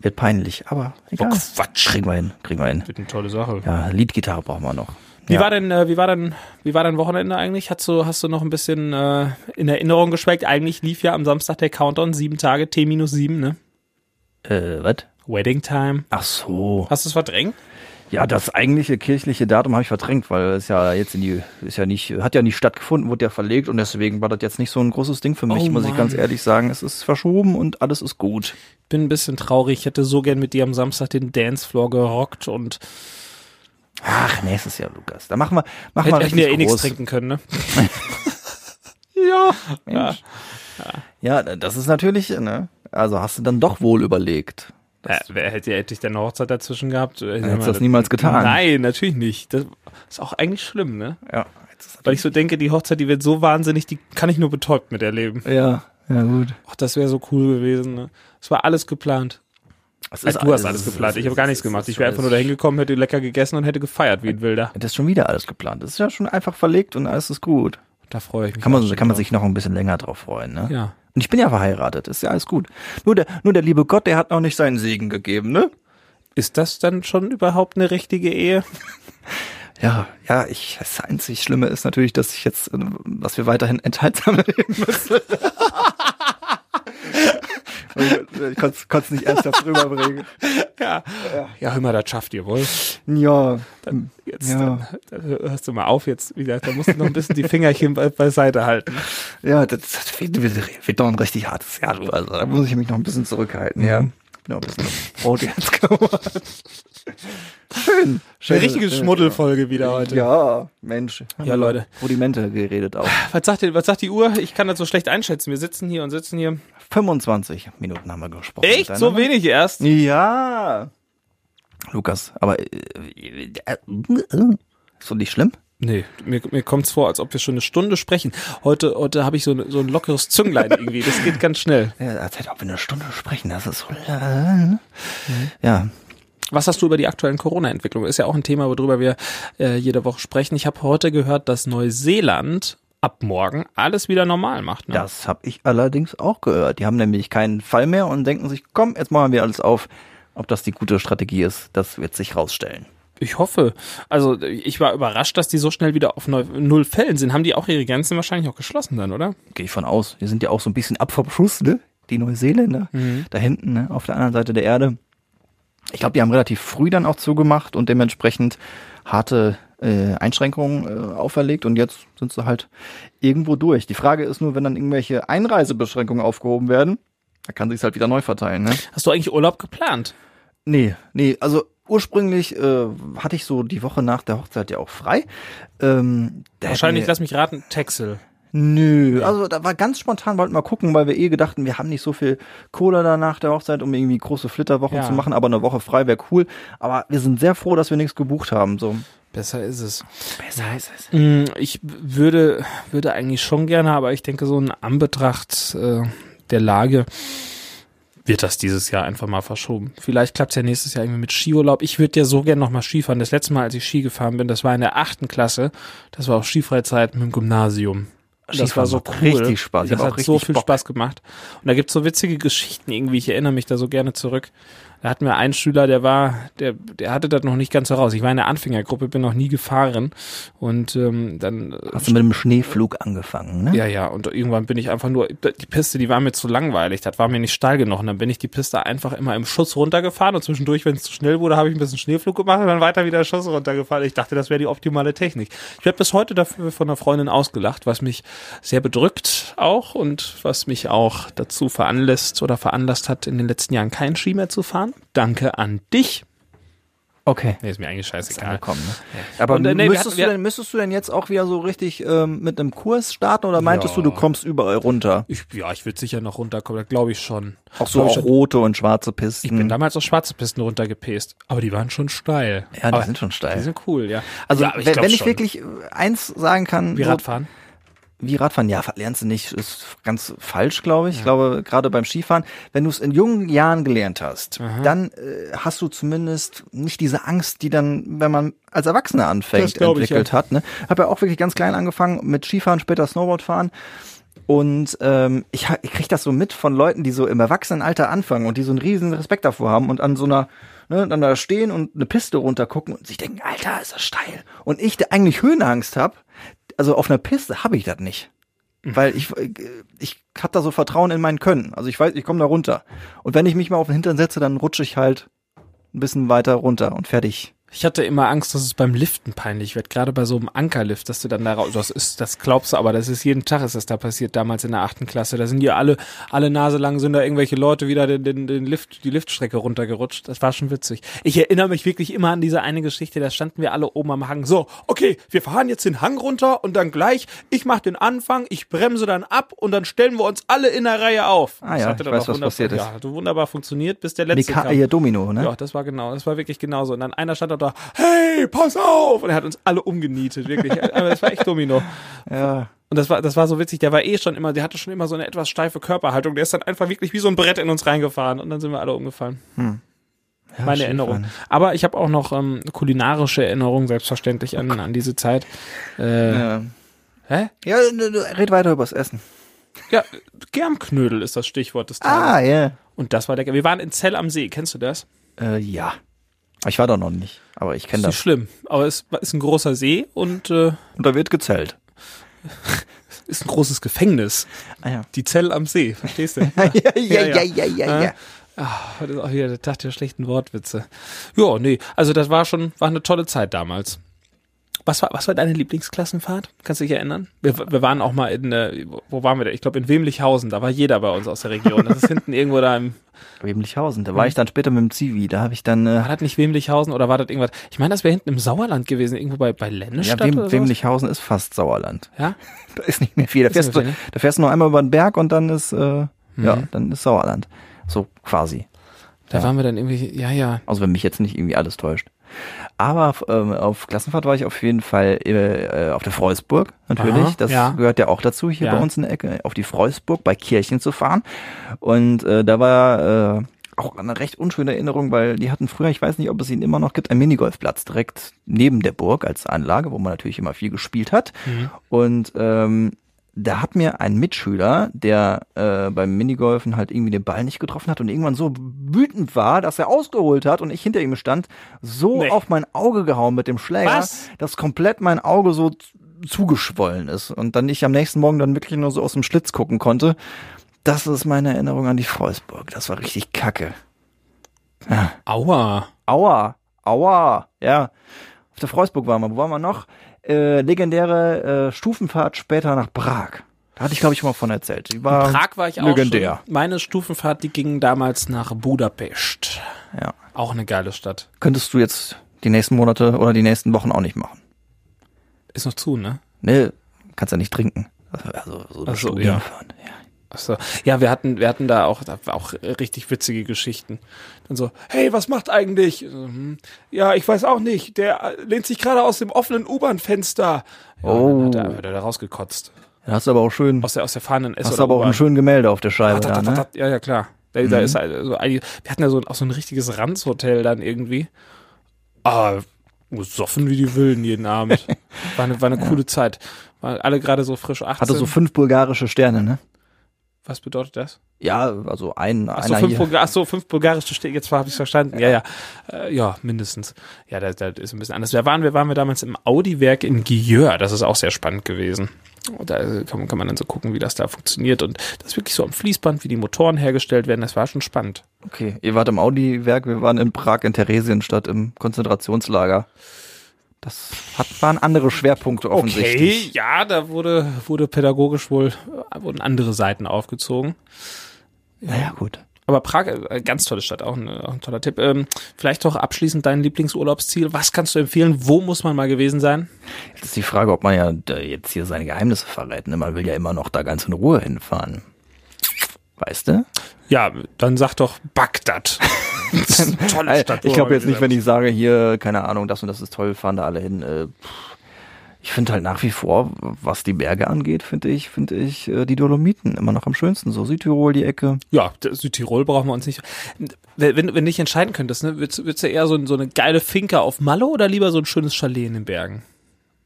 [SPEAKER 2] Wird peinlich, aber egal.
[SPEAKER 3] Oh Quatsch.
[SPEAKER 2] Kriegen wir hin, kriegen wir hin.
[SPEAKER 3] Wird eine tolle Sache.
[SPEAKER 2] Ja, Leadgitarre brauchen wir noch.
[SPEAKER 3] Wie
[SPEAKER 2] ja.
[SPEAKER 3] war denn, äh, wie war denn, wie war dein Wochenende eigentlich? Hast du, hast du noch ein bisschen äh, in Erinnerung geschwelgt? Eigentlich lief ja am Samstag der Countdown, sieben Tage, T minus sieben, ne?
[SPEAKER 2] Äh, was?
[SPEAKER 3] Wedding Time.
[SPEAKER 2] Ach so.
[SPEAKER 3] Hast du es verdrängt?
[SPEAKER 2] Ja, das eigentliche kirchliche Datum habe ich verdrängt, weil es ja jetzt in die, ist ja nicht, hat ja nicht stattgefunden, wurde ja verlegt und deswegen war das jetzt nicht so ein großes Ding für mich,
[SPEAKER 3] Oh
[SPEAKER 2] muss ich ganz
[SPEAKER 3] Mann.
[SPEAKER 2] ehrlich sagen. Es ist verschoben und alles ist gut.
[SPEAKER 3] Bin ein bisschen traurig. Ich hätte so gern mit dir am Samstag den Dancefloor gerockt und
[SPEAKER 2] Ach, nächstes Jahr, Lukas. Da machen wir, machen wir
[SPEAKER 3] hätte ich mir
[SPEAKER 2] richtig
[SPEAKER 3] eh nichts
[SPEAKER 2] groß.
[SPEAKER 3] trinken können, ne? ja. ja.
[SPEAKER 2] Mensch. Ja, das ist natürlich, ne? Also hast du dann doch wohl überlegt.
[SPEAKER 3] Ja, wer hätte, hätte ich denn eine Hochzeit dazwischen gehabt? Hättest
[SPEAKER 2] hättest du das niemals getan.
[SPEAKER 3] Nein, natürlich nicht. Das ist auch eigentlich schlimm, ne?
[SPEAKER 2] Ja, jetzt ist
[SPEAKER 3] Weil ich so denke, die Hochzeit, die wird so wahnsinnig, die kann ich nur betäubt miterleben.
[SPEAKER 2] ja, ja gut.
[SPEAKER 3] Ach, das wäre so cool gewesen, ne? Es war alles geplant.
[SPEAKER 2] Es
[SPEAKER 3] Also, du hast alles geplant. Ich habe gar nichts gemacht. Ich wäre einfach nur dahin gekommen, hätte lecker gegessen und hätte gefeiert wie ein Wilder.
[SPEAKER 2] Das ist schon wieder alles geplant. Das ist ja schon einfach verlegt und alles ist gut.
[SPEAKER 3] Da freue ich mich.
[SPEAKER 2] Kann
[SPEAKER 3] auch
[SPEAKER 2] man,
[SPEAKER 3] schon
[SPEAKER 2] kann man
[SPEAKER 3] drauf.
[SPEAKER 2] sich noch ein bisschen länger drauf freuen, ne?
[SPEAKER 3] Ja.
[SPEAKER 2] Und ich bin ja verheiratet, ist ja alles gut. Nur der, nur der liebe Gott, der hat noch nicht seinen Segen gegeben, ne?
[SPEAKER 3] Ist das dann schon überhaupt eine richtige Ehe?
[SPEAKER 2] Ja, ja, ich, das einzig Schlimme ist natürlich, dass ich jetzt, äh, was wir weiterhin enthaltsam leben müssen. ich ich konnte es nicht ernsthaft rüberbringen.
[SPEAKER 3] Ja, ja hör mal, das schafft ihr wohl.
[SPEAKER 2] Ja,
[SPEAKER 3] Dann, jetzt,
[SPEAKER 2] Ja.
[SPEAKER 3] dann, dann hörst du mal auf jetzt wieder. Da musst du noch ein bisschen die Fingerchen be beiseite halten.
[SPEAKER 2] ja, das, das wird, wird, wird doch ein richtig hartes Jahr. du. Also, da muss ich mich noch ein bisschen zurückhalten, ja. Bin auch ein bisschen rot jetzt geworden. Schön.
[SPEAKER 3] Eine
[SPEAKER 2] Schön.
[SPEAKER 3] richtige Schmuddelfolge wieder heute.
[SPEAKER 2] Ja, Mensch.
[SPEAKER 3] Ja, Leute.
[SPEAKER 2] Rudimente geredet auch.
[SPEAKER 3] Was sagt, die- was sagt die Uhr? Ich kann das so schlecht einschätzen. Wir sitzen hier und sitzen hier.
[SPEAKER 2] 25 Minuten haben wir gesprochen. ne?
[SPEAKER 3] Echt? So wenig erst?
[SPEAKER 2] Ja. Lukas, aber äh, äh, äh, ist doch nicht schlimm?
[SPEAKER 3] Nee, mir, mir kommt's vor, als ob wir schon eine Stunde sprechen. Heute, heute habe ich so, ne- so ein lockeres Zünglein irgendwie. Das geht ganz schnell.
[SPEAKER 2] Ja, als hätte ob wir eine Stunde sprechen, das ist so. lang.
[SPEAKER 3] Mhm.
[SPEAKER 2] Ja.
[SPEAKER 3] Was hast du über die aktuellen Corona-Entwicklungen? Ist ja auch ein Thema, worüber wir äh, jede Woche sprechen. Ich habe heute gehört, dass Neuseeland ab morgen alles wieder normal macht. Ne?
[SPEAKER 2] Das habe ich allerdings auch gehört. Die haben nämlich keinen Fall mehr und denken sich, komm, jetzt machen wir alles auf. Ob das die gute Strategie ist, das wird sich rausstellen.
[SPEAKER 3] Ich hoffe. Also ich war überrascht, dass die so schnell wieder auf neu, null Fällen sind. Haben die auch ihre Grenzen wahrscheinlich auch geschlossen dann, oder?
[SPEAKER 2] Gehe ich von aus. Wir sind ja auch so ein bisschen ab vom Schuss, ne? Die Neuseeländer da hinten, ne? auf der anderen Seite der Erde. Ich glaube, die haben relativ früh dann auch zugemacht und dementsprechend harte äh, Einschränkungen äh, auferlegt und jetzt sind sie halt irgendwo durch. Die Frage ist nur, wenn dann irgendwelche Einreisebeschränkungen aufgehoben werden, da kann sich's halt wieder neu verteilen. Ne?
[SPEAKER 3] Hast du eigentlich Urlaub geplant?
[SPEAKER 2] Nee, nee, also ursprünglich äh, hatte ich so die Woche nach der Hochzeit ja auch frei. Ähm, da
[SPEAKER 3] Wahrscheinlich,
[SPEAKER 2] hätten wir-
[SPEAKER 3] lass mich raten, Texel.
[SPEAKER 2] Nö, also da war ganz spontan, wollten wir gucken, weil wir eh gedachten, wir haben nicht so viel Kohle danach der Hochzeit, um irgendwie große Flitterwochen
[SPEAKER 3] Ja.
[SPEAKER 2] zu machen, aber eine Woche frei wäre cool. Aber wir sind sehr froh, dass wir nichts gebucht haben. So.
[SPEAKER 3] Besser ist es.
[SPEAKER 2] Besser ist es.
[SPEAKER 3] Mm, Ich würde, würde eigentlich schon gerne, aber ich denke, so in Anbetracht äh, der Lage wird das dieses Jahr einfach mal verschoben. Vielleicht klappt es ja nächstes Jahr irgendwie mit Skiurlaub. Ich würde ja so gerne nochmal Skifahren. Das letzte Mal, als ich Ski gefahren bin, das war in der achten Klasse. Das war auch Skifreizeit mit dem Gymnasium. das
[SPEAKER 2] Skifahren
[SPEAKER 3] war so
[SPEAKER 2] macht
[SPEAKER 3] cool.
[SPEAKER 2] richtig Spaß. Ich
[SPEAKER 3] Das
[SPEAKER 2] hab auch
[SPEAKER 3] hat so
[SPEAKER 2] richtig
[SPEAKER 3] viel
[SPEAKER 2] Bock.
[SPEAKER 3] Spaß gemacht. Und da gibt's so witzige Geschichten irgendwie. Ich erinnere mich da so gerne zurück. Da hatten wir einen Schüler, der war, der, der hatte das noch nicht ganz heraus. Ich war in der Anfängergruppe, bin noch nie gefahren. Und ähm, dann. äh,
[SPEAKER 2] Hast du mit dem Schneeflug angefangen, ne?
[SPEAKER 3] ja, ja, und irgendwann bin ich einfach nur, die Piste, die war mir zu langweilig, das war mir nicht steil genug. Und dann bin ich die Piste einfach immer im Schuss runtergefahren und zwischendurch, wenn es zu schnell wurde, habe ich ein bisschen Schneeflug gemacht und dann weiter wieder Schuss runtergefahren. Ich dachte, das wäre die optimale Technik. Ich werde bis heute dafür von einer Freundin ausgelacht, was mich sehr bedrückt auch und was mich auch dazu veranlässt oder veranlasst hat, in den letzten Jahren keinen Ski mehr zu fahren. Danke an dich.
[SPEAKER 2] Okay.
[SPEAKER 3] Nee, ist mir eigentlich scheißegal.
[SPEAKER 2] Angekommen, ne? Aber
[SPEAKER 3] Und, äh, nee, wir
[SPEAKER 2] müsstest,
[SPEAKER 3] hatten- wir-
[SPEAKER 2] du denn, müsstest du denn jetzt auch wieder so richtig ähm, mit einem Kurs starten oder meintest
[SPEAKER 3] Ja.
[SPEAKER 2] du, du kommst überall runter?
[SPEAKER 3] Ich, ja, ich würde sicher noch runterkommen, das glaube ich schon.
[SPEAKER 2] Auch so
[SPEAKER 3] Glaub ich
[SPEAKER 2] auch
[SPEAKER 3] schon.
[SPEAKER 2] rote und schwarze Pisten.
[SPEAKER 3] Ich bin damals auf schwarze Pisten runtergepäst, aber die waren schon steil.
[SPEAKER 2] ja, die
[SPEAKER 3] aber
[SPEAKER 2] sind schon
[SPEAKER 3] Die
[SPEAKER 2] steil.
[SPEAKER 3] sind cool, ja.
[SPEAKER 2] Also
[SPEAKER 3] ja, aber
[SPEAKER 2] wenn-
[SPEAKER 3] glaub
[SPEAKER 2] wenn ich
[SPEAKER 3] schon.
[SPEAKER 2] wirklich äh, eins sagen kann,
[SPEAKER 3] Wie
[SPEAKER 2] so-
[SPEAKER 3] Radfahren?
[SPEAKER 2] wie Radfahren, ja, lernst du nicht, ist ganz falsch, glaube ich. Ich glaube, gerade beim Skifahren, wenn du es in jungen Jahren gelernt hast, dann äh, hast du zumindest nicht diese Angst, die dann, wenn man als Erwachsener
[SPEAKER 3] Das
[SPEAKER 2] anfängt,
[SPEAKER 3] glaub ich,
[SPEAKER 2] entwickelt hat. Ne? Habe ja auch wirklich ganz klein angefangen mit Skifahren, später Snowboardfahren. Und ähm, ich, ha- ich kriege das so mit von Leuten, die so im Erwachsenenalter anfangen und die so einen riesen Respekt davor haben und an so einer, ne, dann da stehen und eine Piste runtergucken und sich denken, Alter, ist das steil. Und ich, der eigentlich Höhenangst habe, also auf einer Piste habe ich das nicht. Weil ich, äh, ich habe da so Vertrauen in mein Können. Also ich weiß, ich komme da runter. Und wenn ich mich mal auf den Hintern setze, dann rutsche ich halt ein bisschen weiter runter und fertig.
[SPEAKER 3] Ich hatte immer Angst, dass es beim Liften peinlich wird, gerade bei so einem Ankerlift, dass du dann da raus, das ist, das glaubst du, aber das ist jeden Tag, ist das da passiert, damals in der achten Klasse, da sind die alle, alle Nase lang sind da irgendwelche Leute wieder den, den, den Lift, die Liftstrecke runtergerutscht, das war schon witzig. Ich erinnere mich wirklich immer an diese eine Geschichte, da standen wir alle oben am Hang, so, okay, wir fahren jetzt den Hang runter und dann gleich, ich mache den Anfang, ich bremse dann ab und dann stellen wir uns alle in der Reihe auf.
[SPEAKER 2] Ah ja, ich
[SPEAKER 3] dann
[SPEAKER 2] weiß, was
[SPEAKER 3] auch wunderbar-
[SPEAKER 2] passiert ist.
[SPEAKER 3] Ja, hat wunderbar funktioniert, bis der letzte
[SPEAKER 2] Mika
[SPEAKER 3] kam.
[SPEAKER 2] äh, Domino, ne?
[SPEAKER 3] Ja, das war genau, das war wirklich genauso. Und dann einer stand auch da, hey, pass auf! Und er hat uns alle umgenietet, wirklich. Aber das war echt Domino.
[SPEAKER 2] ja.
[SPEAKER 3] Und das war, das war so witzig. Der war eh schon immer, der hatte schon immer so eine etwas steife Körperhaltung. Der ist dann einfach wirklich wie so ein Brett in uns reingefahren. Und dann sind wir alle umgefallen.
[SPEAKER 2] Hm.
[SPEAKER 3] Meine
[SPEAKER 2] Skifahren.
[SPEAKER 3] Erinnerung. Aber ich habe auch noch ähm, kulinarische Erinnerungen, selbstverständlich, an, an diese Zeit. Äh,
[SPEAKER 2] Ja.
[SPEAKER 3] Hä?
[SPEAKER 2] Ja, du- du- red weiter übers Essen.
[SPEAKER 3] Ja, Germknödel ist das Stichwort des Tages.
[SPEAKER 2] Ah, ja.
[SPEAKER 3] Und das war der. Wir waren in Zell am See. Kennst du das?
[SPEAKER 2] Äh, ja. Ich war da noch nicht, aber ich kenne
[SPEAKER 3] Ist
[SPEAKER 2] das.
[SPEAKER 3] nicht schlimm, aber es ist ein großer See und äh,
[SPEAKER 2] Und da wird gezählt.
[SPEAKER 3] ist ein großes Gefängnis.
[SPEAKER 2] Ah ja.
[SPEAKER 3] Die Zelle am See, verstehst du?
[SPEAKER 2] ja, Äh,
[SPEAKER 3] ja, ja, ja,
[SPEAKER 2] ja,
[SPEAKER 3] ja. Ah, das ist auch wieder der Tag der schlechten Wortwitze. Ja, nee, also das war schon, war eine tolle Zeit damals. Was war, was war deine Lieblingsklassenfahrt? Kannst du dich erinnern? Wir, wir waren auch mal in, äh, wo waren wir da? Ich glaube in Wemlichhausen, da war jeder bei uns aus der Region. Das ist hinten irgendwo da im,
[SPEAKER 2] Wemlichhausen, da war ich dann später mit dem Zivi, da habe ich dann äh,
[SPEAKER 3] war das nicht Wemlichhausen oder war das irgendwas? Ich meine, das wäre hinten im Sauerland gewesen, irgendwo bei, bei
[SPEAKER 2] ja,
[SPEAKER 3] Lennestadt
[SPEAKER 2] Wem,
[SPEAKER 3] oder sowas.
[SPEAKER 2] Wemlichhausen ist fast Sauerland.
[SPEAKER 3] Ja?
[SPEAKER 2] Da ist nicht mehr viel. Da fährst,
[SPEAKER 3] nicht mehr
[SPEAKER 2] du,
[SPEAKER 3] viel,
[SPEAKER 2] da fährst du noch einmal über den Berg und dann ist äh, ja, dann ist Sauerland. So quasi.
[SPEAKER 3] Da waren wir dann irgendwie, ja, ja.
[SPEAKER 2] Also wenn mich jetzt nicht irgendwie alles täuscht. Aber auf, ähm, auf Klassenfahrt war ich auf jeden Fall äh, äh, auf der Freusburg, natürlich.
[SPEAKER 3] Aha,
[SPEAKER 2] das
[SPEAKER 3] ja.
[SPEAKER 2] gehört ja auch dazu, hier
[SPEAKER 3] Ja.
[SPEAKER 2] bei uns in der Ecke, auf die Freusburg bei Kirchen zu fahren. Und äh, da war äh, auch eine recht unschöne Erinnerung, weil die hatten früher, ich weiß nicht, ob es ihn immer noch gibt, einen Minigolfplatz direkt neben der Burg als Anlage, wo man natürlich immer viel gespielt hat.
[SPEAKER 3] Mhm.
[SPEAKER 2] Und ähm, da hat mir ein Mitschüler, der äh, beim Minigolfen halt irgendwie den Ball nicht getroffen hat und irgendwann so wütend war, dass er ausgeholt hat und ich hinter ihm stand, so
[SPEAKER 3] Nee.
[SPEAKER 2] auf mein Auge gehauen mit dem Schläger,
[SPEAKER 3] Was?
[SPEAKER 2] dass komplett mein Auge so z- zugeschwollen ist und dann ich am nächsten Morgen dann wirklich nur so aus dem Schlitz gucken konnte. Das ist meine Erinnerung an die Freusburg. Das war richtig kacke.
[SPEAKER 3] Aua.
[SPEAKER 2] Aua, aua, ja. Auf der Freusburg waren wir. Wo waren wir noch? Äh, legendäre äh, Stufenfahrt später nach Prag. Da hatte ich, glaube ich, schon mal von erzählt. Die war
[SPEAKER 3] Prag war ich auch
[SPEAKER 2] legendär.
[SPEAKER 3] schon. Meine Stufenfahrt, die ging damals nach Budapest.
[SPEAKER 2] Ja.
[SPEAKER 3] Auch eine geile Stadt.
[SPEAKER 2] Könntest du jetzt die nächsten Monate oder die nächsten Wochen auch nicht machen.
[SPEAKER 3] Ist noch zu, ne?
[SPEAKER 2] Ne, kannst ja nicht trinken. Also, so eine
[SPEAKER 3] Ach so,
[SPEAKER 2] Studie
[SPEAKER 3] ja.
[SPEAKER 2] fahren.
[SPEAKER 3] Achso. Ja, wir hatten, wir hatten da auch, da war auch richtig witzige Geschichten. Dann so, hey, was macht eigentlich? Mhm. Ja, ich weiß auch nicht. Der äh, lehnt sich gerade aus dem offenen U-Bahn-Fenster. Ja,
[SPEAKER 2] Oh.
[SPEAKER 3] Dann hat er, hat er da rausgekotzt.
[SPEAKER 2] Da hast du aber auch schön,
[SPEAKER 3] Aus der, aus der fahrenden S
[SPEAKER 2] hast
[SPEAKER 3] oder
[SPEAKER 2] du aber auch
[SPEAKER 3] U-Bahn.
[SPEAKER 2] ein schönes Gemälde auf der Scheibe.
[SPEAKER 3] Tat,
[SPEAKER 2] Da,
[SPEAKER 3] tat, tat,
[SPEAKER 2] ne? Mhm.
[SPEAKER 3] tat. Ja, ja, klar. Da, da ist halt so einige, wir hatten ja so, ein- auch so ein richtiges Ranzhotel dann irgendwie. Ah, soffen wie die Willen jeden Abend. War eine, war eine coole Zeit. Waren alle gerade so frisch 18.
[SPEAKER 2] Hatte so fünf bulgarische Sterne, ne?
[SPEAKER 3] Was bedeutet das?
[SPEAKER 2] Ja, also ein,
[SPEAKER 3] Achso,
[SPEAKER 2] einer
[SPEAKER 3] fünf,
[SPEAKER 2] hier.
[SPEAKER 3] Bulga- ach so, fünf bulgarische Städte, jetzt habe ich es verstanden. Ja, ja. Äh, ja, mindestens. Ja, das, das ist ein bisschen anders. Da waren wir, waren wir damals im Audi-Werk in Gijör. Das ist auch sehr spannend gewesen. Und da äh, kann, man- kann man dann so gucken, wie das da funktioniert. Und das ist wirklich so am Fließband, wie die Motoren hergestellt werden. Das war schon spannend.
[SPEAKER 2] Okay, ihr wart im Audi-Werk, wir waren in Prag, in Theresienstadt, im Konzentrationslager. Das hat, waren andere Schwerpunkte offensichtlich.
[SPEAKER 3] Okay, ja, da wurde, wurde pädagogisch wohl, äh, wurden andere Seiten aufgezogen.
[SPEAKER 2] Naja, gut.
[SPEAKER 3] Aber Prag, äh, ganz tolle Stadt, auch ein, auch ein toller Tipp. Ähm, vielleicht doch abschließend dein Lieblingsurlaubsziel. Was kannst du empfehlen? Wo muss man mal gewesen sein?
[SPEAKER 2] Jetzt ist die Frage, ob man ja da jetzt hier seine Geheimnisse verrät. Ne? Man will ja immer noch da ganz in Ruhe hinfahren. Weißt du?
[SPEAKER 3] Ja, dann sag doch Bagdad. Das ist eine tolle Stadt. wo
[SPEAKER 2] Äh, ich glaube
[SPEAKER 3] man
[SPEAKER 2] jetzt nicht, wenn
[SPEAKER 3] gewesen
[SPEAKER 2] ich sage, hier, keine Ahnung, das und das ist toll, fahren da alle hin. Äh, pff. ich finde halt nach wie vor, was die Berge angeht, finde ich, finde ich äh, die Dolomiten immer noch am schönsten. So Südtirol, die Ecke.
[SPEAKER 3] ist. Ja, das- Südtirol brauchen wir uns nicht. Wenn, wenn du dich entscheiden könntest, ne, würdest, würdest du eher so, ein- so eine geile Finca auf Malle oder lieber so ein schönes Chalet in den Bergen?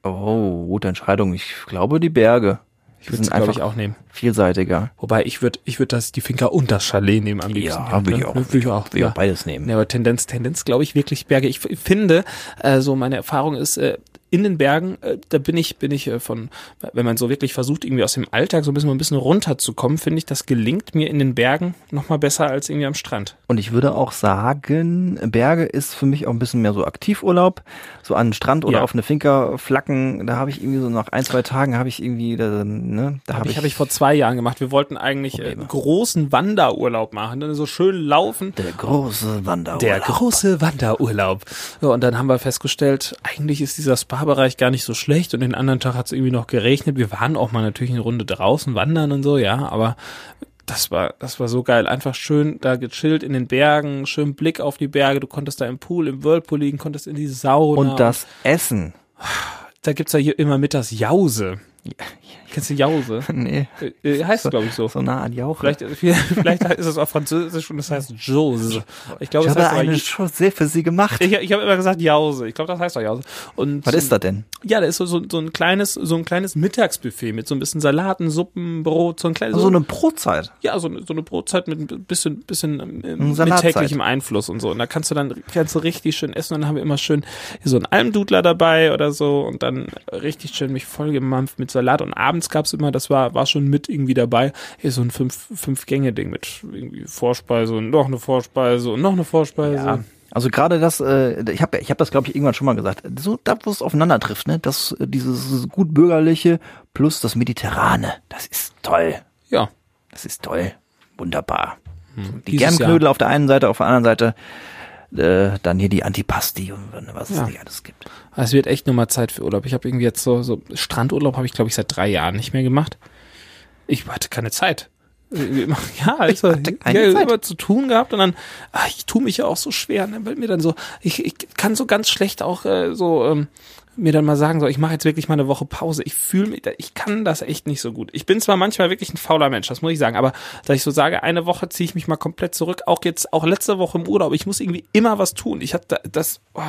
[SPEAKER 2] Oh, gute Entscheidung. Ich glaube, die Berge. Die
[SPEAKER 3] Würdest du, glaube ich, auch nehmen.
[SPEAKER 2] vielseitiger.
[SPEAKER 3] Wobei ich würde ich würd das die Finca und das Chalet nehmen am liebsten.
[SPEAKER 2] Ja, will ich
[SPEAKER 3] Ne?
[SPEAKER 2] auch.
[SPEAKER 3] Würde ich auch.
[SPEAKER 2] Will ich
[SPEAKER 3] Ja.
[SPEAKER 2] auch beides nehmen.
[SPEAKER 3] Ja, aber Tendenz, Tendenz, glaube ich, wirklich Berge. Ich f- finde, äh, so meine Erfahrung ist, äh, in den Bergen, äh, da bin ich, bin ich äh, von, wenn man so wirklich versucht, irgendwie aus dem Alltag so ein bisschen, ein bisschen runterzukommen, finde ich, das gelingt mir in den Bergen nochmal besser als irgendwie am Strand.
[SPEAKER 2] Und ich würde auch sagen, Berge ist für mich auch ein bisschen mehr so Aktivurlaub. So an den Strand oder
[SPEAKER 3] Ja.
[SPEAKER 2] auf eine Finca flacken, da habe ich irgendwie so nach ein, zwei Tagen habe ich irgendwie, da, ne, da habe
[SPEAKER 3] Habe
[SPEAKER 2] ich,
[SPEAKER 3] ich, hab ich vor zwei Jahren gemacht. Wir wollten eigentlich äh, einen großen Wanderurlaub machen, dann so schön laufen.
[SPEAKER 2] der große Wanderurlaub.
[SPEAKER 3] Der große Wanderurlaub. So, und dann haben wir festgestellt, eigentlich ist dieser Spa-Bereich gar nicht so schlecht und den anderen Tag hat es irgendwie noch geregnet. Wir waren auch mal natürlich eine Runde draußen wandern und so, ja, aber das war, das war so geil. Einfach schön da gechillt in den Bergen, schön Blick auf die Berge. Du konntest da im Pool, im Whirlpool Genau. liegen, konntest in die Sauna.
[SPEAKER 2] und das Essen.
[SPEAKER 3] Da gibt's ja hier immer mittags Jause. Kennst du Jause?
[SPEAKER 2] nee.
[SPEAKER 3] Äh, heißt, glaube ich, so.
[SPEAKER 2] So nah an Jauch.
[SPEAKER 3] Vielleicht, äh, vielleicht ist es auch französisch und es heißt Jose. Ich glaube,
[SPEAKER 2] ich
[SPEAKER 3] es
[SPEAKER 2] habe
[SPEAKER 3] heißt aber
[SPEAKER 2] eine
[SPEAKER 3] ich,
[SPEAKER 2] Chaussee für sie gemacht.
[SPEAKER 3] ich, ich habe immer gesagt Jause. Ich glaube, das heißt doch Jause. Und
[SPEAKER 2] Was ist das denn?
[SPEAKER 3] Ja, da ist so, so, so ein kleines, so ein kleines Mittagsbuffet mit so ein bisschen Salaten, Suppen, Brot, so ein kleines,
[SPEAKER 2] Also So eine Brotzeit.
[SPEAKER 3] ja, so eine, so eine Brotzeit mit ein bisschen, bisschen ähm, mit
[SPEAKER 2] Salatzeit.
[SPEAKER 3] täglichem Einfluss und so. Und da kannst du dann kannst du richtig schön essen und dann haben wir immer schön so einen Almdudler dabei oder so und dann richtig schön mich vollgemampft mit Salat. Und abends gab's immer, das war, war schon mit irgendwie dabei, hier so ein fünf, fünf Gänge-Ding mit irgendwie Vorspeise und noch eine Vorspeise und noch eine Vorspeise.
[SPEAKER 2] Ja. Also gerade das, äh, ich habe ich hab das, glaube ich, irgendwann schon mal gesagt, so da, wo es aufeinander trifft, ne? Das, äh, dieses gut bürgerliche plus das Mediterrane, das ist toll.
[SPEAKER 3] ja.
[SPEAKER 2] Das ist toll. Wunderbar. So, die
[SPEAKER 3] Hm. Dieses
[SPEAKER 2] Germknödel auf der einen Seite, auf der anderen Seite äh, dann hier die Antipasti und ne, was es
[SPEAKER 3] Ja.
[SPEAKER 2] nicht alles gibt.
[SPEAKER 3] Also Es wird echt nur mal Zeit für Urlaub. Ich habe irgendwie jetzt so, so Strandurlaub habe ich glaube ich seit drei Jahren nicht mehr gemacht. Ich hatte keine Zeit. Irgendwie immer- Ja, also, ich
[SPEAKER 2] hatte keine
[SPEAKER 3] ja,
[SPEAKER 2] Zeit.
[SPEAKER 3] immer zu tun gehabt und dann, ach, ich tue mich ja auch so schwer, ne, weil mir dann so, ich, ich kann so ganz schlecht auch äh, so ähm, mir dann mal sagen, so, ich mache jetzt wirklich mal eine Woche Pause. Ich fühle mich, da- ich kann das echt nicht so gut. Ich bin zwar manchmal wirklich ein fauler Mensch, das muss ich sagen, aber da ich so sage, eine Woche ziehe ich mich mal komplett zurück, auch jetzt, auch letzte Woche im Urlaub, ich muss irgendwie immer was tun. Ich hatte das, oh,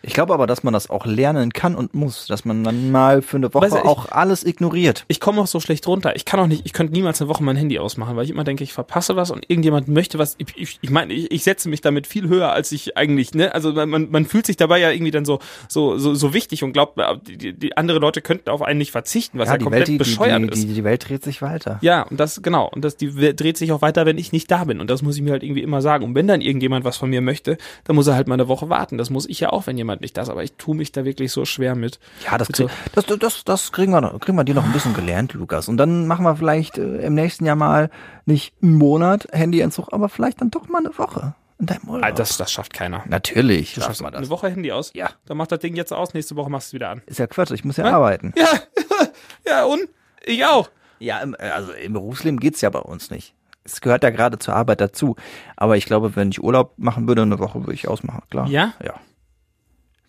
[SPEAKER 2] Ich glaube aber, dass man das auch lernen kann und muss, dass man dann mal für eine Woche
[SPEAKER 3] Weißt du, ich-
[SPEAKER 2] auch alles ignoriert.
[SPEAKER 3] ich komme auch so schlecht runter. Ich kann auch nicht, ich könnte niemals eine Woche mein Handy ausmachen, weil ich immer denke, ich verpasse was und irgendjemand möchte was. Ich, ich, ich meine, ich, ich setze mich damit viel höher, als ich eigentlich, ne? Also man- man, man fühlt sich dabei ja irgendwie dann so, so, so, so wichtig und glaubt, die, die, die andere Leute könnten auf einen nicht verzichten, was ja, komplett
[SPEAKER 2] die, die,
[SPEAKER 3] bescheuert
[SPEAKER 2] die,
[SPEAKER 3] ist.
[SPEAKER 2] die, die Welt dreht sich weiter.
[SPEAKER 3] Ja, und das, genau. Und das, die we- dreht sich auch weiter, wenn ich nicht da bin. Und das muss ich mir halt irgendwie immer sagen. Und wenn dann irgendjemand was von mir möchte, dann muss er halt mal eine Woche warten. Das muss ich ja auch, wenn jemand nicht da ist. Aber ich tue mich da wirklich so schwer mit.
[SPEAKER 2] Ja, das,
[SPEAKER 3] Bitte.
[SPEAKER 2] krieg, das, das, das kriegen, wir noch, kriegen wir dir noch ein bisschen gelernt, Lukas. Und dann machen wir vielleicht äh, im nächsten Jahr mal nicht einen Monat Handyentzug, aber vielleicht dann doch mal eine Woche in deinem Urlaub.
[SPEAKER 3] Ah, Das, das schafft keiner.
[SPEAKER 2] Natürlich
[SPEAKER 3] Du
[SPEAKER 2] schafft
[SPEAKER 3] schaffst
[SPEAKER 2] man
[SPEAKER 3] eine
[SPEAKER 2] das.
[SPEAKER 3] Woche Handy aus.
[SPEAKER 2] Ja.
[SPEAKER 3] Dann mach das Ding jetzt aus, nächste Woche machst du es wieder an.
[SPEAKER 2] Ist ja Quatsch, ich muss ja arbeiten.
[SPEAKER 3] Ja, ja und? Ich auch.
[SPEAKER 2] Ja, im, also im Berufsleben geht's ja bei uns nicht. Es gehört ja gerade zur Arbeit dazu. Aber ich glaube, wenn ich Urlaub machen würde, eine Woche würde ich ausmachen, klar.
[SPEAKER 3] Ja?
[SPEAKER 2] Ja.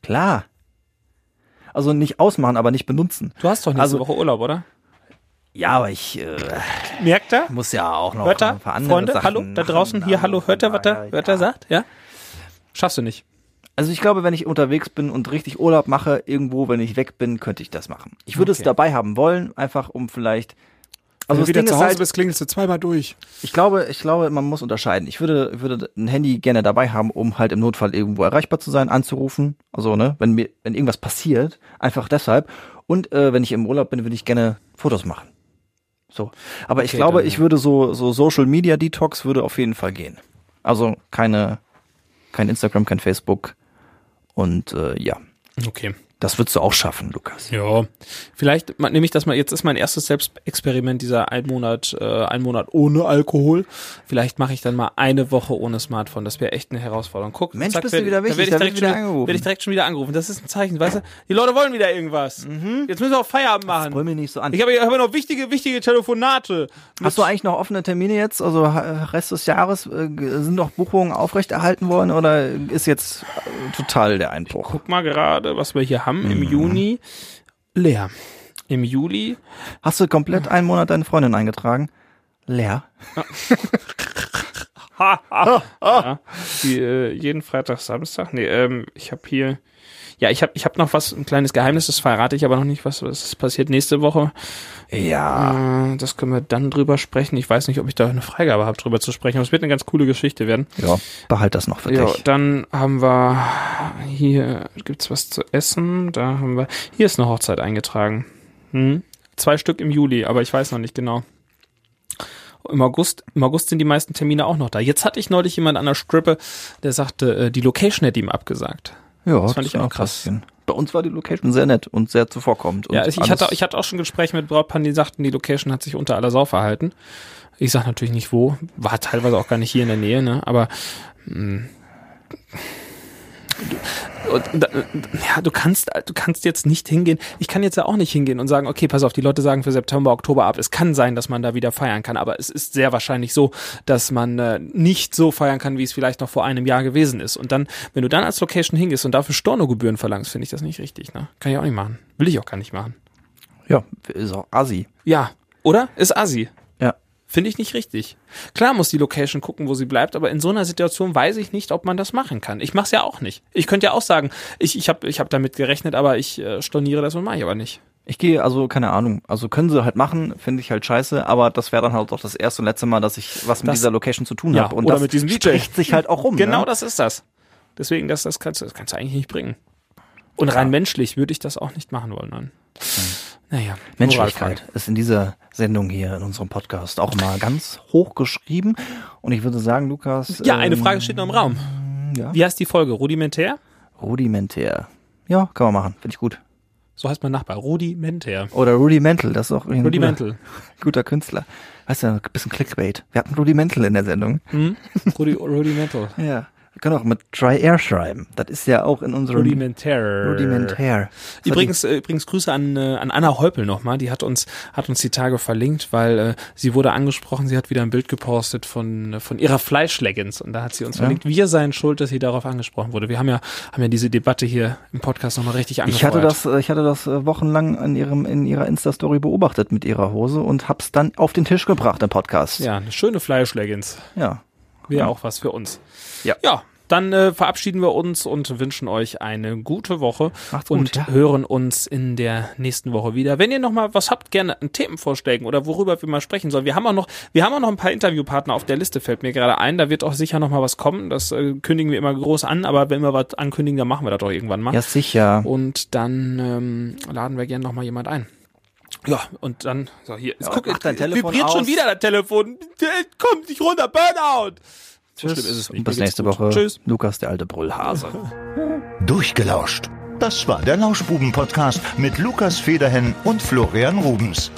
[SPEAKER 2] Klar. Also nicht ausmachen, aber nicht benutzen.
[SPEAKER 3] Du hast doch nächste
[SPEAKER 2] Also-
[SPEAKER 3] Woche Urlaub, oder?
[SPEAKER 2] Ja, aber ich äh,
[SPEAKER 3] Merkt er?
[SPEAKER 2] muss ja auch noch
[SPEAKER 3] Hört er?
[SPEAKER 2] ein paar andere
[SPEAKER 3] Freunde,
[SPEAKER 2] Sachen
[SPEAKER 3] hallo, da
[SPEAKER 2] machen,
[SPEAKER 3] draußen, hier,
[SPEAKER 2] also
[SPEAKER 3] hallo, hört er,
[SPEAKER 2] von
[SPEAKER 3] was er,
[SPEAKER 2] daher,
[SPEAKER 3] hört er
[SPEAKER 2] ja.
[SPEAKER 3] sagt? Ja? Schaffst du nicht.
[SPEAKER 2] Also ich glaube, wenn ich unterwegs bin und richtig Urlaub mache, irgendwo, wenn ich weg bin, könnte ich das machen. Ich würde es
[SPEAKER 3] Okay.
[SPEAKER 2] dabei haben wollen, einfach um vielleicht.
[SPEAKER 4] Wenn du
[SPEAKER 2] Also das
[SPEAKER 4] wieder
[SPEAKER 2] Ding
[SPEAKER 4] zu
[SPEAKER 2] ist
[SPEAKER 4] Hause
[SPEAKER 2] halt,
[SPEAKER 4] bist, klingelst du zweimal durch.
[SPEAKER 2] Ich glaube, ich glaube, man muss unterscheiden. Ich würde, ich würde ein Handy gerne dabei haben, um halt im Notfall irgendwo erreichbar zu sein, anzurufen. Also, ne, wenn mir, wenn irgendwas passiert, einfach deshalb. Und äh, wenn ich im Urlaub bin, würde ich gerne Fotos machen. So. Aber ich
[SPEAKER 3] Okay,
[SPEAKER 2] glaube,
[SPEAKER 3] dann,
[SPEAKER 2] ich
[SPEAKER 3] ja.
[SPEAKER 2] würde so, so Social Media Detox würde auf jeden Fall gehen. Also keine, kein Instagram, kein Facebook. Und äh, ja,
[SPEAKER 3] Okay.
[SPEAKER 2] das würdest du auch schaffen, Lukas.
[SPEAKER 3] Ja. Vielleicht ma- nehme ich das mal, jetzt ist mein erstes Selbstexperiment, dieser ein Monat, äh, ein Monat ohne Alkohol. Vielleicht mache ich dann mal eine Woche ohne Smartphone. Das wäre echt eine Herausforderung. Guck,
[SPEAKER 2] Mensch, bist du wieder
[SPEAKER 3] da werd
[SPEAKER 2] wichtig,
[SPEAKER 3] ich
[SPEAKER 2] da
[SPEAKER 3] direkt
[SPEAKER 2] wird wieder
[SPEAKER 3] schon-
[SPEAKER 2] angerufen.
[SPEAKER 3] Werd ich direkt schon wieder angerufen. Das ist ein Zeichen, weißt du? Die Leute wollen wieder irgendwas.
[SPEAKER 2] Mhm.
[SPEAKER 3] Jetzt müssen wir auch Feierabend machen.
[SPEAKER 2] Brüll mir nicht so an.
[SPEAKER 3] Ich habe ich habe noch wichtige, wichtige Telefonate.
[SPEAKER 2] Hast du eigentlich noch offene Termine jetzt? Also äh, Rest des Jahres äh, g- sind noch Buchungen aufrechterhalten worden oder ist jetzt äh, total der Einbruch?
[SPEAKER 3] Guck mal gerade, was wir hier haben
[SPEAKER 2] Mhm.
[SPEAKER 3] im Juni. Leer. Im Juli.
[SPEAKER 2] Hast du komplett einen Monat deine Freundin eingetragen? Leer.
[SPEAKER 3] Ha, ha, ja. Die, äh, jeden Freitag, Samstag. Nee, ähm, ich habe hier. Ja, ich habe ich hab noch was, ein kleines Geheimnis, das verrate ich aber noch nicht, was, was passiert nächste Woche.
[SPEAKER 2] Ja.
[SPEAKER 3] Äh, das können wir dann drüber sprechen. Ich weiß nicht, ob ich da eine Freigabe habe, drüber zu sprechen, aber es wird eine ganz coole Geschichte werden.
[SPEAKER 2] Ja, behalt das noch für
[SPEAKER 3] Ja,
[SPEAKER 2] dich.
[SPEAKER 3] dann haben wir hier gibt's was zu essen. Da haben wir hier ist eine Hochzeit eingetragen. Hm? Zwei Stück im Juli, aber ich weiß noch nicht genau. Im August, im August sind die meisten Termine auch noch da. Jetzt hatte ich neulich jemand an der Strippe, der sagte, äh, die Location hätte ihm abgesagt.
[SPEAKER 2] Ja,
[SPEAKER 3] das fand ich
[SPEAKER 2] kann
[SPEAKER 3] auch
[SPEAKER 2] auch
[SPEAKER 3] krass.
[SPEAKER 2] passieren. Bei uns war die Location sehr nett und sehr zuvorkommend. Und
[SPEAKER 3] ja, also ich, ich
[SPEAKER 2] alles-
[SPEAKER 3] hatte, ich hatte auch schon Gespräche mit Brautpaaren, die sagten, die Location hat sich unter aller Sau verhalten. Ich sag natürlich nicht wo, war teilweise auch gar nicht hier in der Nähe, ne? Aber mh. Und, da, ja, du kannst, du kannst jetzt nicht hingehen. Ich kann jetzt ja auch nicht hingehen und sagen, okay, pass auf, die Leute sagen für September, Oktober ab. Es kann sein, dass man da wieder feiern kann, aber es ist sehr wahrscheinlich so, dass man äh, nicht so feiern kann, wie es vielleicht noch vor einem Jahr gewesen ist. Und dann, wenn du dann als Location hingehst und dafür Stornogebühren verlangst, finde ich das nicht richtig. Ne? Kann ich auch nicht machen. Will ich auch gar nicht machen.
[SPEAKER 2] Ja, ist auch assi.
[SPEAKER 3] Ja, oder? Ist assi.
[SPEAKER 2] Ja.
[SPEAKER 3] Finde ich nicht richtig. Klar muss die Location gucken, wo sie bleibt, aber in so einer Situation weiß ich nicht, ob man das machen kann. Ich mache es ja auch nicht. Ich könnte ja auch sagen, ich, ich habe ich hab damit gerechnet, aber ich äh, storniere das und mache ich aber nicht.
[SPEAKER 2] Ich gehe, also keine Ahnung, also können sie halt machen, finde ich halt scheiße, aber das wäre dann halt auch das erste und letzte Mal, dass ich was mit
[SPEAKER 3] Das-
[SPEAKER 2] dieser Location zu tun
[SPEAKER 3] Ja,
[SPEAKER 2] habe. Und
[SPEAKER 3] oder
[SPEAKER 2] das
[SPEAKER 3] mit diesem DJ.
[SPEAKER 2] spricht sich halt auch rum.
[SPEAKER 3] Genau
[SPEAKER 2] ne?
[SPEAKER 3] das ist das. Deswegen, das, das, kannst, du- das kannst du eigentlich nicht bringen. Und rein menschlich würde ich das auch nicht machen wollen. Nein. Naja, Moralfrage.
[SPEAKER 2] Hm. Menschlichkeit ist in dieser Sendung hier in unserem Podcast auch mal ganz hoch geschrieben. Und ich würde sagen, Lukas.
[SPEAKER 3] Ja, eine
[SPEAKER 2] ähm,
[SPEAKER 3] Frage steht noch im Raum.
[SPEAKER 2] ja.
[SPEAKER 3] Wie heißt die Folge? Rudimentär?
[SPEAKER 2] Rudimentär. Ja, kann man machen. Finde ich gut.
[SPEAKER 3] So heißt mein Nachbar. Rudimentär.
[SPEAKER 2] Oder Rudimental, das ist auch irgendwie ein
[SPEAKER 3] Rudimental.
[SPEAKER 2] Guter, guter Künstler. Weißt du, ein bisschen Clickbait. Wir hatten Rudimental in der Sendung.
[SPEAKER 3] Hm? Rudi Rudimental.
[SPEAKER 2] Ja. Wir können auch mit Try Air schreiben. Das ist ja auch in unserem
[SPEAKER 3] Rudimentär.
[SPEAKER 2] Rudimentär. Das war
[SPEAKER 3] Übrigens, äh, übrigens Grüße an, äh, an Anna Häupel nochmal. Die hat uns, hat uns die Tage verlinkt, weil äh, sie wurde angesprochen. Sie hat wieder ein Bild gepostet von, äh, von ihrer Fleischleggings und da hat sie uns verlinkt. Wir seien schuld, dass sie darauf angesprochen wurde. Wir haben ja, haben ja diese Debatte hier im Podcast nochmal richtig
[SPEAKER 2] Die, ich
[SPEAKER 3] angefeuert.
[SPEAKER 2] hatte das, äh, ich hatte das äh, wochenlang in ihrem, in ihrer Insta-Story beobachtet mit ihrer Hose und hab's dann auf den Tisch gebracht im Podcast.
[SPEAKER 3] Ja, eine schöne Fleischleggings.
[SPEAKER 2] ja.
[SPEAKER 3] Wäre
[SPEAKER 2] Ja.
[SPEAKER 3] auch was für uns.
[SPEAKER 2] Ja.
[SPEAKER 3] Ja. Dann äh, verabschieden wir uns und wünschen euch eine gute Woche
[SPEAKER 2] Macht's gut,
[SPEAKER 3] und
[SPEAKER 2] ja.
[SPEAKER 3] hören uns in der nächsten Woche wieder. Wenn ihr noch mal was habt, gerne an Themenvorschlägen oder worüber wir mal sprechen sollen. Wir haben auch noch, wir haben auch noch ein paar Interviewpartner auf der Liste, fällt mir gerade ein. Da wird auch sicher noch mal was kommen. Das äh, kündigen wir immer groß an, aber wenn wir was ankündigen, dann machen wir das doch irgendwann mal.
[SPEAKER 2] Ja, sicher.
[SPEAKER 3] Und dann ähm, laden wir gerne noch mal jemand ein. Ja, und dann, so hier, jetzt
[SPEAKER 2] Ja,
[SPEAKER 3] guck,
[SPEAKER 2] mach dein
[SPEAKER 3] jetzt
[SPEAKER 2] Telefon
[SPEAKER 3] vibriert schon
[SPEAKER 2] aus.
[SPEAKER 3] wieder das Telefon. Kommt nicht runter, Burnout. Tschüss. schlimm ist es nicht.
[SPEAKER 2] Und bis
[SPEAKER 3] Mir geht's
[SPEAKER 2] nächste
[SPEAKER 3] gut.
[SPEAKER 2] Woche.
[SPEAKER 3] Tschüss.
[SPEAKER 2] Lukas, der alte Brüllhase.
[SPEAKER 1] Durchgelauscht. Das war der Lauschbuben-Podcast mit Lukas Federhen und Florian Rubens.